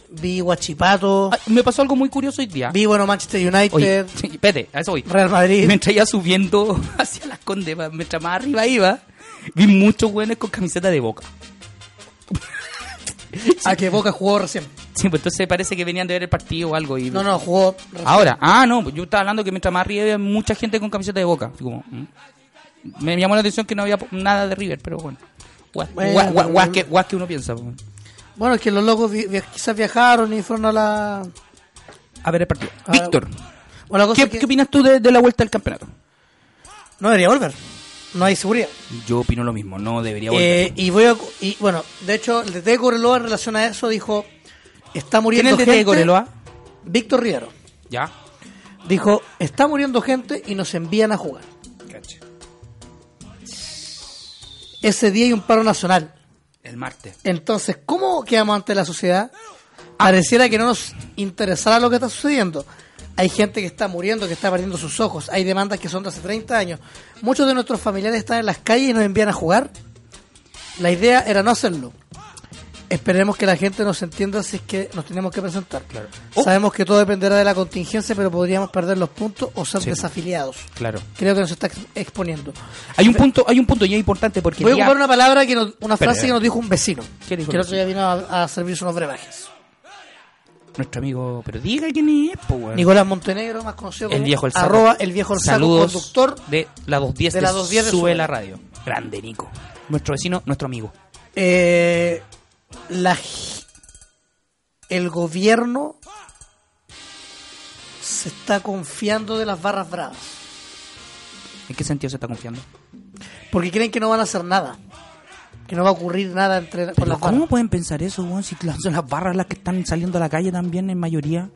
Vi Huachipato, Ah, me pasó algo muy curioso hoy día. vi bueno Manchester United, Oye, sí, espérate, a eso voy. Real Madrid. Mientras iba subiendo hacia las Condes, pa- mientras más arriba iba, vi muchos güeyes con camiseta de boca. A Ah, que Boca jugó recién. Sí, pues entonces parece que venían de ver el partido o algo. Y... No, no, jugó. Ahora, ah, no, yo estaba hablando que mientras más arriba había mucha gente con camiseta de boca. Así como, ¿mm? Me llamó la atención que no había po- nada de River, pero bueno. Guas, Bueno, guas- guas- pero- guas que, guas que uno piensa. pues, po. Bueno, es que los locos vi- vi- quizás viajaron y fueron a la. A ver el partido. a- Víctor, Bueno, la cosa ¿qué, es que qué opinas tú de, de la vuelta al campeonato? No debería volver. No hay seguridad. Yo opino lo mismo, no debería volver. Eh, y voy a, y bueno, de hecho, el DT de Correloa en relación a eso dijo: Está ¿Quién es muriendo el DT de gente. Coreloa? Víctor Riero. Ya. Dijo: Está muriendo gente y nos envían a jugar. Cacha. Ese día hay un paro nacional. El martes. Entonces, ¿cómo quedamos ante la sociedad? Pareciera que no nos interesara lo que está sucediendo. Hay gente que está muriendo, que está perdiendo sus ojos. Hay demandas que son de hace 30 años. Muchos de nuestros familiares están en las calles y nos envían a jugar. La idea era no hacerlo. Esperemos que la gente nos entienda si es que nos tenemos que presentar. Claro. Oh. Sabemos que todo dependerá de la contingencia, pero podríamos perder los puntos o ser Sí. desafiliados. Claro. Creo que nos está ex- exponiendo. Hay un punto, hay un punto ya importante porque Voy a el día- ocupar una palabra, que nos- una frase Espera. que nos dijo un vecino. ¿Qué dijo que el el otro día vino a, a servirse unos brebajes. nuestro amigo, pero diga quién es, po, weón. Nicolás Montenegro, más conocido como el viejo el saco. arroba el viejo el saco, Saludos conductor. de la 210 de de, la 210 de Sube Sube. la radio. Grande Nico. Nuestro vecino, nuestro amigo. Eh, la g- el gobierno se está confiando de las barras bravas. ¿En qué sentido se está confiando? Porque creen que no van a hacer nada. que no va a ocurrir nada entre con Pero las ¿Cómo manos. pueden pensar eso, weón? Si las- son las barras las que están saliendo a la calle también en mayoría.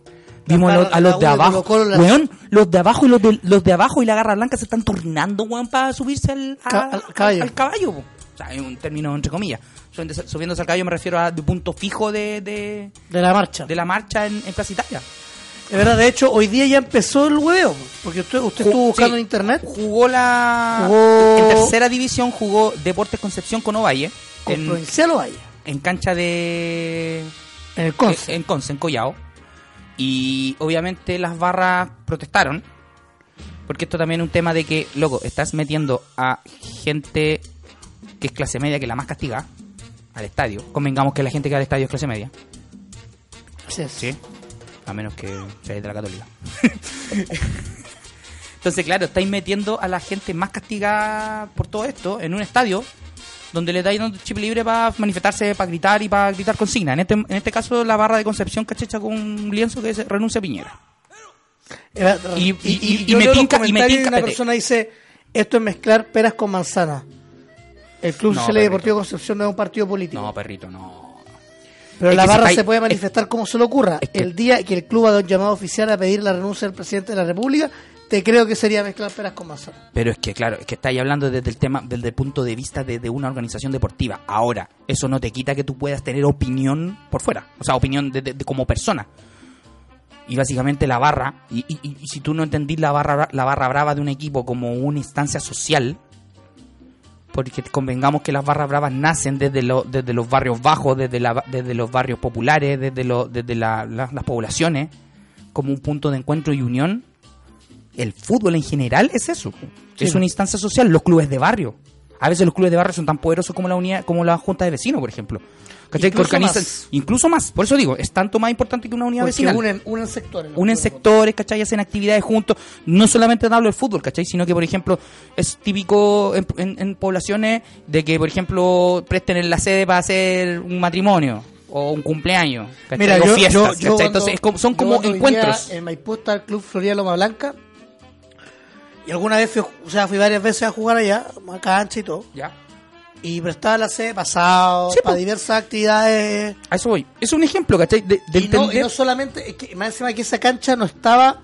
Vimos a los, a los de barras de abajo, Colo-Colo, las- weón, los de abajo y los de, los de abajo y la garra blanca se están turnando, weón, para subirse al, a- Ca- al caballo. al caballo, po. O sea, es un término entre comillas. Subiéndose, subiéndose al caballo me refiero a de punto fijo de, de, De la marcha. de la marcha en, en Plaza Italia. De verdad, de hecho, hoy día ya empezó el hueveo. Porque usted, usted estuvo Ju- buscando sí, en internet. Jugó la... Jugó- En tercera división jugó Deportes Concepción con Ovalle. Con En, Provincial o Valle. en cancha de... En el Conce. En, en Conce, en Collao. Y obviamente las barras protestaron. Porque esto también es un tema de que, loco, estás metiendo a gente que es clase media, que es la más castigada, al estadio. Convengamos que la gente que va al estadio es clase media. Así es. Sí. A menos que seáis de la católica. Entonces, claro, estáis metiendo a la gente más castigada por todo esto en un estadio donde le dais un chip libre para manifestarse, para gritar y para gritar consigna. En este, en este caso, la barra de Concepción cachecha con un lienzo que dice renuncia a Piñera. Era- Y- y- y- yo y me leo los tinca- y me comentarios tinca- Una espérate. persona dice: Esto es mezclar peras con manzanas. El Club No, Social y perrito. Deportivo Concepción no es un partido político. No, perrito, no. pero es la que barra sepa- se puede es- manifestar como se le ocurra. es que- el día que el club haga un llamado oficial a pedir la renuncia del presidente de la República, te creo que sería mezclar peras con manzanas. Pero es que, claro, es que estáis hablando desde el tema, desde el punto de vista de, de una organización deportiva. Ahora, eso no te quita que tú puedas tener opinión por fuera. O sea, opinión de, de- de como persona. Y básicamente la barra, y, y- y- y si tú no entendís la barra, bra- la barra brava de un equipo como una instancia social, porque convengamos que las barras bravas nacen desde, lo- desde los barrios bajos, desde, la- desde los barrios populares, desde, lo- desde la- la- las poblaciones, como un punto de encuentro y unión. El fútbol en general es eso. Es una instancia social, los clubes de barrio. A veces los clubes de barrio son tan poderosos como la unidad, como la junta de vecinos, por ejemplo. ¿Cachai? Que Incluso organizan, más. incluso más. Por eso digo, es tanto más importante que una unidad Porque vecinal unen, unen sectores. los unen clubes de fútbol. sectores, ¿cachai? Hacen actividades juntos. No solamente hablo del fútbol, ¿cachai? Sino que, por ejemplo, es típico en, en- en poblaciones de que, por ejemplo, presten la sede para hacer un matrimonio o un cumpleaños, ¿cachai? Mira, o yo, fiestas, yo- yo ¿cachai? cuando- Entonces, es como- son yo como cuando encuentros. vivía En Maipú está el Club Florida Loma Blanca. Y alguna vez fui, o sea, fui varias veces a jugar allá, a cancha y todo. Ya. Y prestaba la sede pasado, Sí, para po. diversas actividades. A eso voy. Es un ejemplo, ¿cachai? De, de Y no, y entender- no solamente, es que más encima que esa cancha no estaba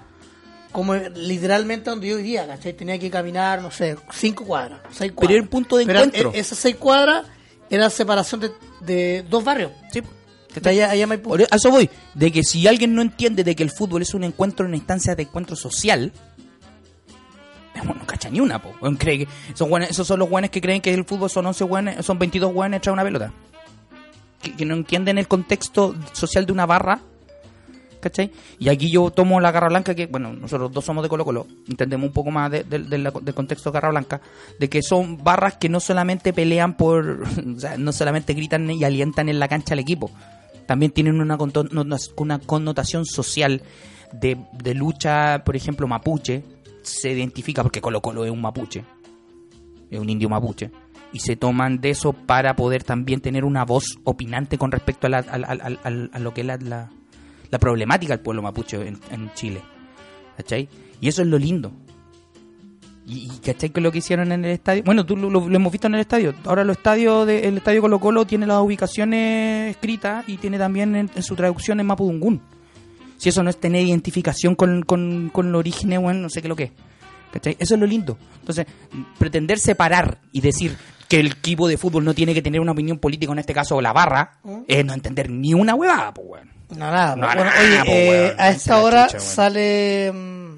como literalmente donde yo vivía, ¿cachai? Tenía que caminar, no sé, cinco cuadras, seis cuadras. era un punto de Pero encuentro. e- Esas seis cuadras era separación de, de dos barrios. Sí. De allá, allá en Maipú. Por- a eso voy. De que si alguien no entiende de que el fútbol es un encuentro, una instancia de encuentro social, bueno, no cacha ni una, po. Weón, cree que son guanes- esos son los guanes que creen que el fútbol son 11 guanes, son 22 guanes tras una pelota. Que, que no entienden el contexto social de una barra. ¿Cachai? Y aquí yo tomo la garra blanca, que bueno, nosotros dos somos de Colo Colo, entendemos un poco más de- de- de la- del contexto de garra blanca, de que son barras que no solamente pelean por, o sea, no solamente gritan y alientan en la cancha al equipo, también tienen una, conto- no- no- una connotación social de, de lucha, por ejemplo, mapuche, se identifica porque Colo Colo es un mapuche, es un indio mapuche, y se toman de eso para poder también tener una voz opinante con respecto a, la- al- al- al- al- a lo que es la, la- la problemática del pueblo mapuche en, en Chile. ¿Cachai? Y eso es lo lindo. Y, y ¿cachai con lo que hicieron en el estadio? Bueno, tú lo, lo- lo hemos visto en el estadio. Ahora los estadios de- el estadio Colo Colo tiene las ubicaciones escritas y tiene también en, en su traducción en Mapudungún. Si eso no es tener identificación con, con, con los orígenes, bueno, no sé qué es lo que es. ¿Cachai? Eso es lo lindo. Entonces, m- pretender separar y decir que el equipo de fútbol no tiene que tener una opinión política, en este caso la barra, es no entender ni una huevada, pues, weón. No, nada. No, bueno, nada, oye, po, eh, weón, a no se esta la hora chucha, weón. sale... mm,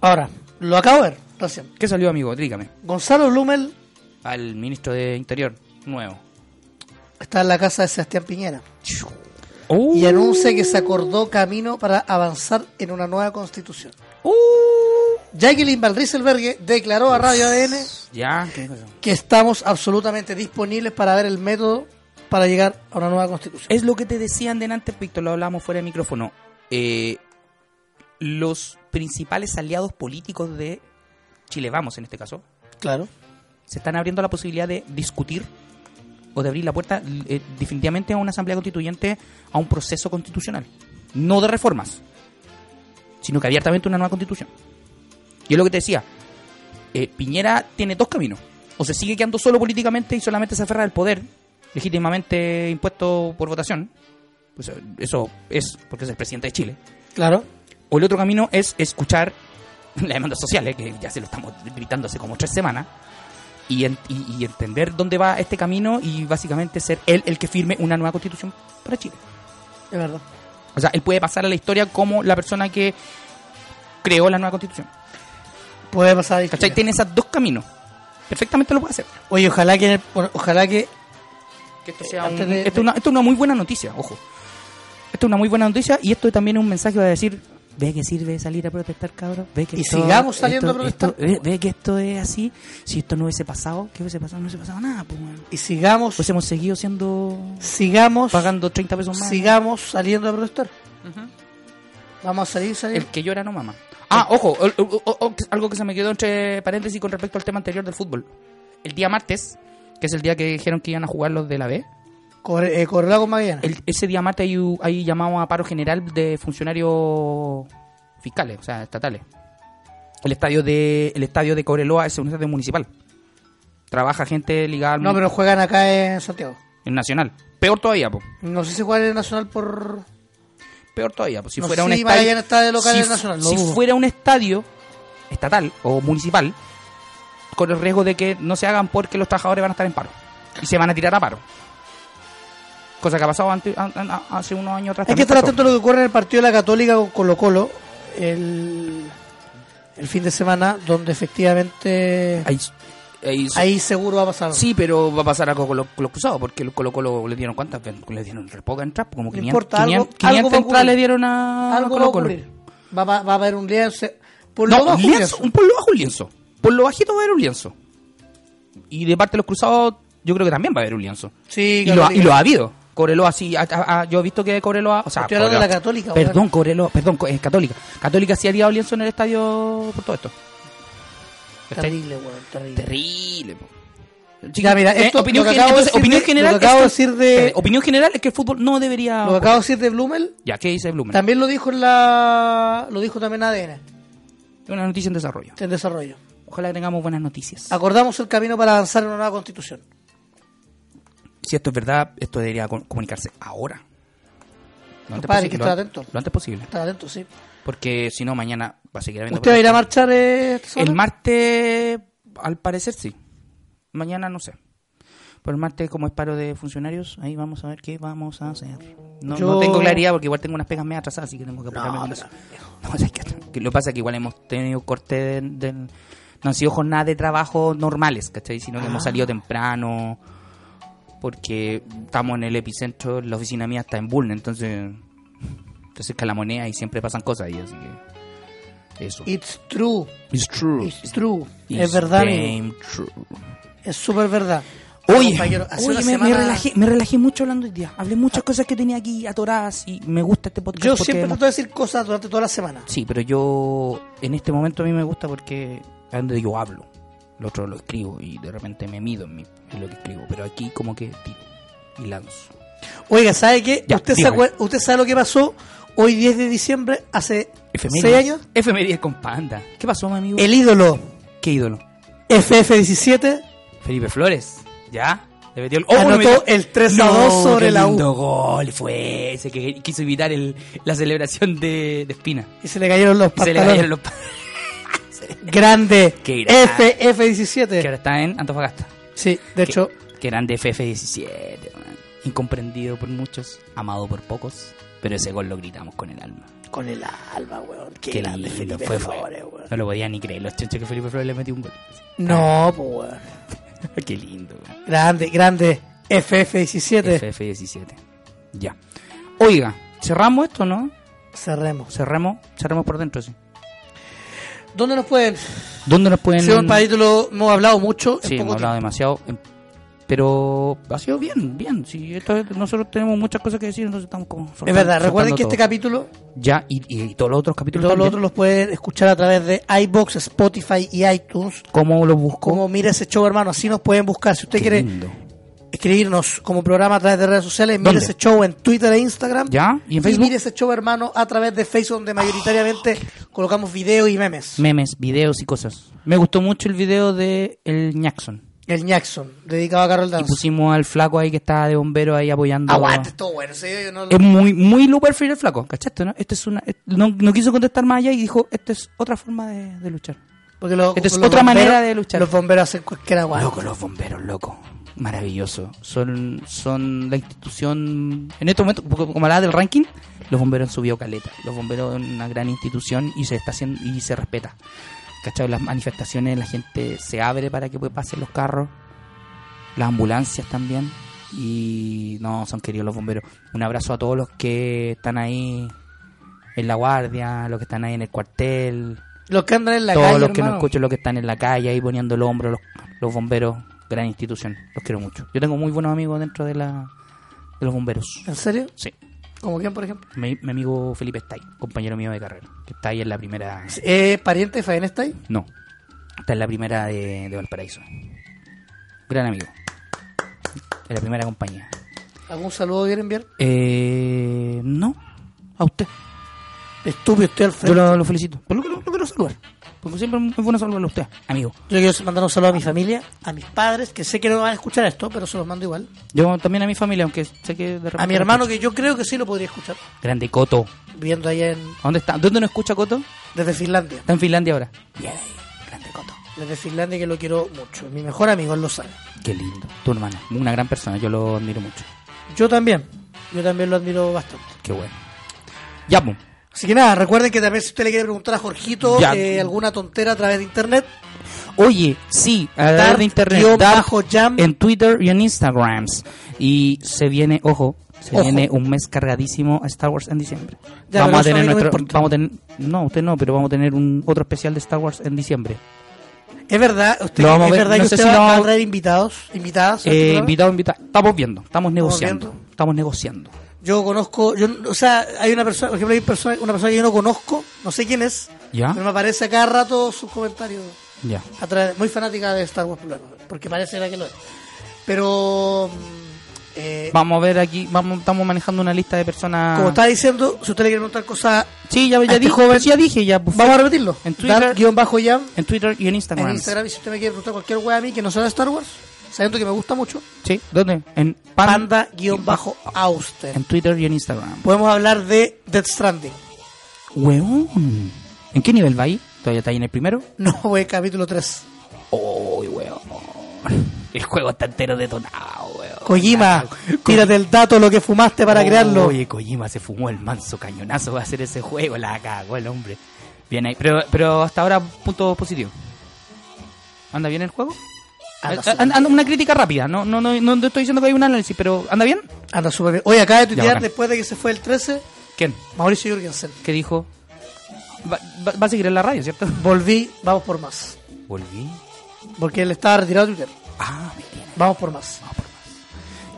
Ahora, lo acabo de ver recién. ¿Qué salió, amigo? Dígame. Gonzalo Blumel Al ministro de Interior, nuevo. está en la casa de Sebastián Piñera Uh, y anuncia que se acordó camino para avanzar en una nueva constitución. Oh. Jacqueline Valdrieselbergue declaró a Radio ADN ya, ¿qué cosa? que estamos absolutamente disponibles para ver el método para llegar a una nueva constitución. Es lo que te decían delante, Víctor, lo hablábamos fuera de micrófono. Eh, los principales aliados políticos de Chile Vamos, en este caso, claro. se están abriendo la posibilidad de discutir o de abrir la puerta eh, definitivamente a una asamblea constituyente, a un proceso constitucional. No de reformas, sino que abiertamente una nueva constitución. Yo lo que te decía, eh, Piñera tiene dos caminos. o se sigue quedando solo políticamente y solamente se aferra al poder legítimamente impuesto por votación, pues eh, eso es porque es el presidente de Chile, Claro. o el otro camino es escuchar las demandas sociales, que ya se lo estamos gritando hace como tres semanas, y, en- y- y entender dónde va este camino y básicamente ser él el que firme una nueva constitución para Chile. Es verdad. O sea, él puede pasar a la historia como la persona que creó la nueva constitución. Puede pasar a la ¿Cachai? historia. Tiene esos dos caminos. Perfectamente lo puede hacer. Oye, ojalá que, en el- bueno, ojalá que Que esto Eh, sea un- antes de- esto es una, esto es una muy buena noticia, ojo. Esto es una muy buena noticia y esto también es un mensaje para decir, ve que sirve salir a protestar, cabrón. Ve que Y sigamos saliendo esto- a protestar, esto- ve, ve que esto es así. Si esto no hubiese pasado, ¿qué hubiese pasado? No hubiese pasado nada, pues, weón. y sigamos, Pues hemos seguido siendo... sigamos, Pagando 30 pesos más. sigamos saliendo a protestar. Vamos a salir, salir. El que llora no mama. Ah, ojo, o- o- o- o- algo que se me quedó entre paréntesis con respecto al tema anterior del fútbol. El día martes, que es el día que dijeron que iban a jugar los de la B, Corre- eh, Correlado con Magallanes. el- ese día martes hay, u- hay llamado a paro general de funcionarios fiscales, o sea, estatales. El estadio de el estadio de Cobreloa es un estadio municipal. Trabaja gente ligada al No, pero juegan acá en Santiago. en nacional. Peor todavía, po. No sé si juegan en el Nacional por... peor todavía. pues, si No, fuera un sí, estadio, Magallanes está de local si, en Nacional, lo si dudo. fuera un estadio estatal o municipal, con el riesgo de que no se hagan porque los trabajadores van a estar en paro y se van a tirar a paro. Cosa que ha pasado ante- an- an- hace unos años atrás. Hay que Ah, también estar pasó. atento a lo que ocurre en el partido de la Católica con Colo Colo el, el fin de semana, donde efectivamente ahí, Ahí- ahí- seguro va a pasar. algo. Sí, pero va a pasar algo con los, con los cruzados, porque los Colo Colo le dieron cuántas, ven- le dieron re poca entrada, pues No como 500, importa, algo- algo 500, va a 500 entradas ocurrir. le dieron a algo va a Colo Colo. ocurrir. Va, va- va a haber un lienzo. Por lo No, bajo, un lienzo, un por lo bajo un lienzo. Por lo bajito va a haber un lienzo. Y de parte de los cruzados, yo creo que también va a haber un lienzo. Sí, y, lo, ha- Católica. y lo ha habido. Cobreloa, sí. ha- ha- ha- yo he visto que Cobreloa. O sea, Estoy hablando de Cobreloa- la Católica, weón. Perdón, Cobreloa. Perdón, co- es Católica. Católica sí ha tirado lienzo en el estadio por todo esto. ¿Cachai? Terrible, weón, terrible. Terrible, po. Ya, mira, Eh, esto- opinión, lo que gen- acabo de entonces, decir opinión de- general. lo que acabo de es que- decir de- espérate, opinión general es que el fútbol no debería. Lo que acabo de decir de Blumel, Ya, ¿qué dice Blumen? también lo dijo en la lo dijo también ADN, Una noticia en desarrollo. en desarrollo. Ojalá que tengamos buenas noticias. Acordamos el camino para avanzar en una nueva constitución. si esto es verdad, esto debería com- comunicarse ahora. Lo antes, Compadre, hay que lo estar an- atento. lo antes posible. Están atentos, sí. Porque si no, mañana va a seguir habiendo. ¿Usted va a ir a marchar eh, esta semana? El martes, al parecer sí. Mañana no sé. Pero el martes, como es paro de funcionarios, ahí vamos a ver qué vamos a hacer. No, Yo- no tengo claridad porque igual tengo unas pegas medio atrasadas, así que tengo que apurarme No, con pero- eso. No, o sea, que, que lo que pasa es que igual hemos tenido corte de, de- No han sido jornadas de trabajo normales, ¿cachai? Sino que hemos Ah. salido temprano porque estamos en el epicentro, la oficina mía está en Bulnes, entonces... Entonces que la moneda y siempre pasan cosas ahí, así que... Eso. It's true. It's true. It's true. It's es verdad, amigo. damn true. Es súper verdad. Oye, Compañero, hace oye, una me, me semana- Ah. relajé, me relajé mucho hablando hoy día. Hablé muchas cosas que tenía aquí atoradas y me gusta este podcast. Yo porque- siempre trato de decir cosas durante toda la semana. Sí, pero yo en este momento a mí me gusta porque es donde yo hablo. Lo otro lo escribo y de repente me mido en, mi- en lo que escribo. Pero aquí como que tiro y lanzo. Oiga, ¿sabe qué? Ya, ¿Usted, se dígame. acuer- ¿Usted sabe lo que pasó hoy 10 de diciembre, hace Efemérides. 6 años? Efemérides con panda. ¿Qué pasó, mi amigo? El ídolo ¿Qué ídolo? FF17 Felipe Flores. ¿Ya? Le metió el... Anotó bueno, metió- el 3 a 2 sobre qué la U. lindo gol fue ese que quiso evitar el- la celebración de, de Espina. y se le cayeron los Y se pantalones. le cayeron los pa- Grande. Qué grande. Que FF17. ahora está en Antofagasta. Sí, de Que- hecho, Que eran de FF17, man. Incomprendido por muchos, amado por pocos. Pero ese gol lo gritamos con el alma. con el alma, weón. Qué, Qué grande lindo, Felipe fue, fue. Flores, weón. No lo podía ni creer. Los chonchos que Felipe Flores le metió un gol. No, pues, weón. Qué lindo, man. Grande, grande. FF17. FF17. Ya. Oiga, cerramos esto, ¿no? Cerremos. Cerramos, cerramos por dentro, sí. ¿Dónde nos pueden? ¿Dónde nos pueden...? Señor Padito, lo hemos hablado mucho. en Sí, hemos poco hablado demasiado. em, Pero ha sido bien, bien. Sí, esto es- nosotros tenemos muchas cosas que decir, entonces estamos como. tiempo. Es verdad, recuerden que este capítulo capítulo. Ya, y, y- y todos los otros y capítulos. todos los también. otros los pueden escuchar a través de iBox, Spotify y iTunes. ¿Cómo lo busco? Como mira ese show, hermano, así nos pueden buscar. Si usted Oh. Qué quiere lindo. escribirnos como programa a través de redes sociales, mira ¿Dónde? ese show en Twitter e Instagram. ¿Ya? ¿Y en Facebook? mira ese show, hermano, a través de Facebook, donde mayoritariamente colocamos videos y memes. Memes, videos y cosas. Me gustó mucho el video de el Jackson. El Jackson, dedicado a Carol Y Dance. Ah, pusimos al flaco ahí que estaba de bombero ahí apoyando. Aguante, todo bueno. ese video yo no- Es muy, muy Looper Free el flaco, ¿cachaste? No? Este es una, et- no, no quiso contestar más allá y dijo, esta es otra forma de, de luchar. porque los- Esta es los otra bomberos- manera de luchar. Los bomberos hacen cualquier agua. Loco, los bomberos, loco. Maravilloso. Son, son la institución, en este momento, porque como hablaba del ranking, los bomberos han subido caleta. Los bomberos son una gran institución y se está haciendo, y se respeta. ¿Cachai? Las manifestaciones, la gente se abre para que pues, pasen los carros, las ambulancias también. Y no, son queridos los bomberos. Un abrazo a todos los que están ahí en la guardia, los que están ahí en el cuartel, Los que andan en la todos calle, los que no hermano. escuchan, los que están en la calle ahí poniendo el hombro, los, los bomberos, gran institución, los quiero mucho. Yo tengo muy buenos amigos dentro de la de los bomberos. ¿En serio? Sí. ¿Como quién, por ejemplo? Mi, mi amigo Felipe Stay, compañero mío de carrera, que está ahí en la primera. ¿Es Eh, pariente de Faenstein? No, está en la primera de, de Valparaíso. Gran amigo. De la primera compañía. ¿Algún saludo quiere enviar? Eh, no, a usted. Estúpido, estoy al Yo frente. lo, lo felicito. Pero lo, lo- lo quiero saludar. Porque siempre es bueno saludarlo a usted, amigo. Yo quiero mandar un saludo a mi familia, a mis padres, que sé que no van a escuchar esto, pero se los mando igual. Yo también a mi familia, aunque sé que de repente. A mi hermano, que yo creo que sí lo podría escuchar, Grande Coto. viviendo allá en, ¿A ¿Dónde está? ¿Dónde no escucha Coto? desde Finlandia. Está en Finlandia ahora. Bien ahí, grande Coto. Desde Finlandia, que lo quiero mucho. Mi mejor amigo, él lo sabe. Qué lindo. Tu hermana, una gran persona, yo lo admiro mucho. Yo también. Yo también lo admiro bastante. Qué bueno. Ya, pues. pum. Así que nada, recuerden que también si usted le quiere preguntar a Jorgito Ya. eh, alguna tontera a través de internet, Oye, sí, a Dart, través de internet. guión Dart bajo jam. En Twitter y en Instagrams. Y se viene, ojo, se Ojo. viene un mes cargadísimo a Star Wars en diciembre. Ya, pero vamos eso a a tener mí no me nuestro. importa. vamos a tener, no, usted no, pero vamos a tener un otro especial de Star Wars en diciembre. es verdad, usted, Lo vamos a es ver, verdad no que sé usted si va, lo va a vamos- traer invitados, invitados. al Eh, programa? invitado, invitado. Estamos viendo, estamos negociando. viendo. Estamos negociando. Yo conozco, yo, o sea, hay una persona, por ejemplo, hay persona, una persona que yo no conozco, no sé quién es, ¿Ya? pero me aparece a cada rato sus comentarios. Ya. a través- muy fanática de Star Wars, claro, porque parece que lo es. Pero, mm, eh, Vamos a ver aquí, vamos, estamos manejando una lista de personas. como estaba diciendo, si usted le quiere preguntar cosas, Sí, ya, ya, este dije, joven- ya dije, ya. pues, vamos a repetirlo. En Twitter- Dar-jam En Twitter y en Instagram. en Instagram. Y si usted me quiere preguntar cualquier wea a mí que no sea de Star Wars, sabiendo que me gusta mucho, Sí, ¿dónde? En pan- panda-auster. En Twitter y en Instagram. Podemos hablar de Death Stranding. Weón. ¿En qué nivel va ahí? ¿Todavía está ahí en el primero? No, wey, capítulo 3. Uy, weón. El juego está entero detonado, weón. Kojima, tírate el dato, lo que fumaste para crearlo. Oye, Kojima se fumó el manso cañonazo va a hacer ese juego. La cagó el hombre. Bien ahí. Pero, pero hasta ahora, punto positivo. ¿Anda bien el juego? Anda Eh, súper anda- una crítica rápida. No, no, no, no estoy diciendo que hay un análisis, pero ¿anda bien? Anda súper bien. Oye, acaba de Ya, tuitear bacán. después de que se fue el 13, ¿Quién? Mauricio Jurgensen. ¿Qué dijo? Va, va- va a seguir en la radio, ¿cierto? Volví, vamos por más. Volví. Porque él estaba retirado de Twitter. Ah, me tiene. Vamos por más.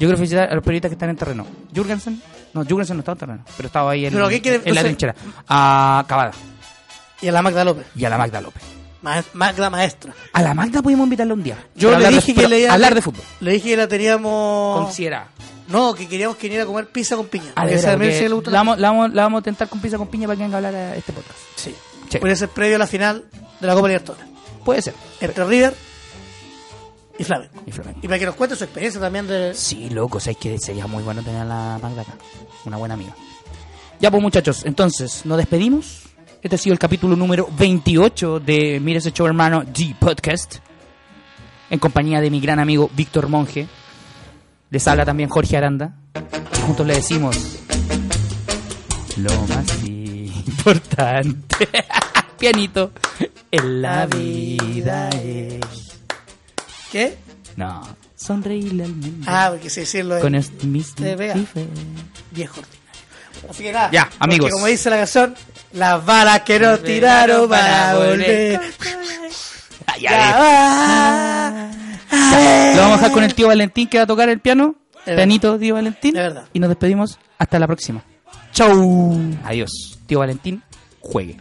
Yo quiero felicitar a los periodistas que están en terreno. Jurgensen. No, Jurgensen no estaba en terreno, pero estaba ahí en, Pero, ¿qué quiere- en la entonces- trinchera. A Cavada Y a la Magda López, y a la Magda López. ma- Magda maestra. A la Magda pudimos invitarla un día. Yo Para le hablar de- dije que para leía. Hablar de fútbol. Le dije que la teníamos. Considera. No, que queríamos que viniera a comer pizza con piña. Ah, de Esa veras, también porque se le gusta. la, vamos, la vamos- la vamos a tentar con pizza con piña para que venga a hablar a este podcast. Sí. Sí. Puede ser previo a la final de la Copa Libertadores. Puede ser. Entre River y Flamengo. Y Flamengo. Y para que nos cuente su experiencia también de. Sí, loco, sabes que sería muy bueno tener a la Magda acá. Una buena amiga. Ya pues muchachos, entonces, nos despedimos. Este ha sido el capítulo número 28 de Mira ese show hermano G Podcast. En compañía de mi gran amigo Víctor Monge. Les habla también Jorge Aranda. Y juntos le decimos lo más importante. Pianito. En la vida es. ¿Qué? No. Sonreírle al mundo. Ah, porque sí, sí, lo de Con este mismo Te vea. cifre. viejo ordinario. Así que nada. Ya, porque amigos. como dice la canción, las balas que nos tiraron para volver. Ah, Ay, a ver. Ya va. Lo vamos a dejar con el tío Valentín que va a tocar el piano. verdad. Pianito, tío Valentín. De verdad. Y nos despedimos hasta la próxima. Chau. Adiós. Tío Valentín, juegue.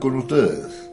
con ustedes.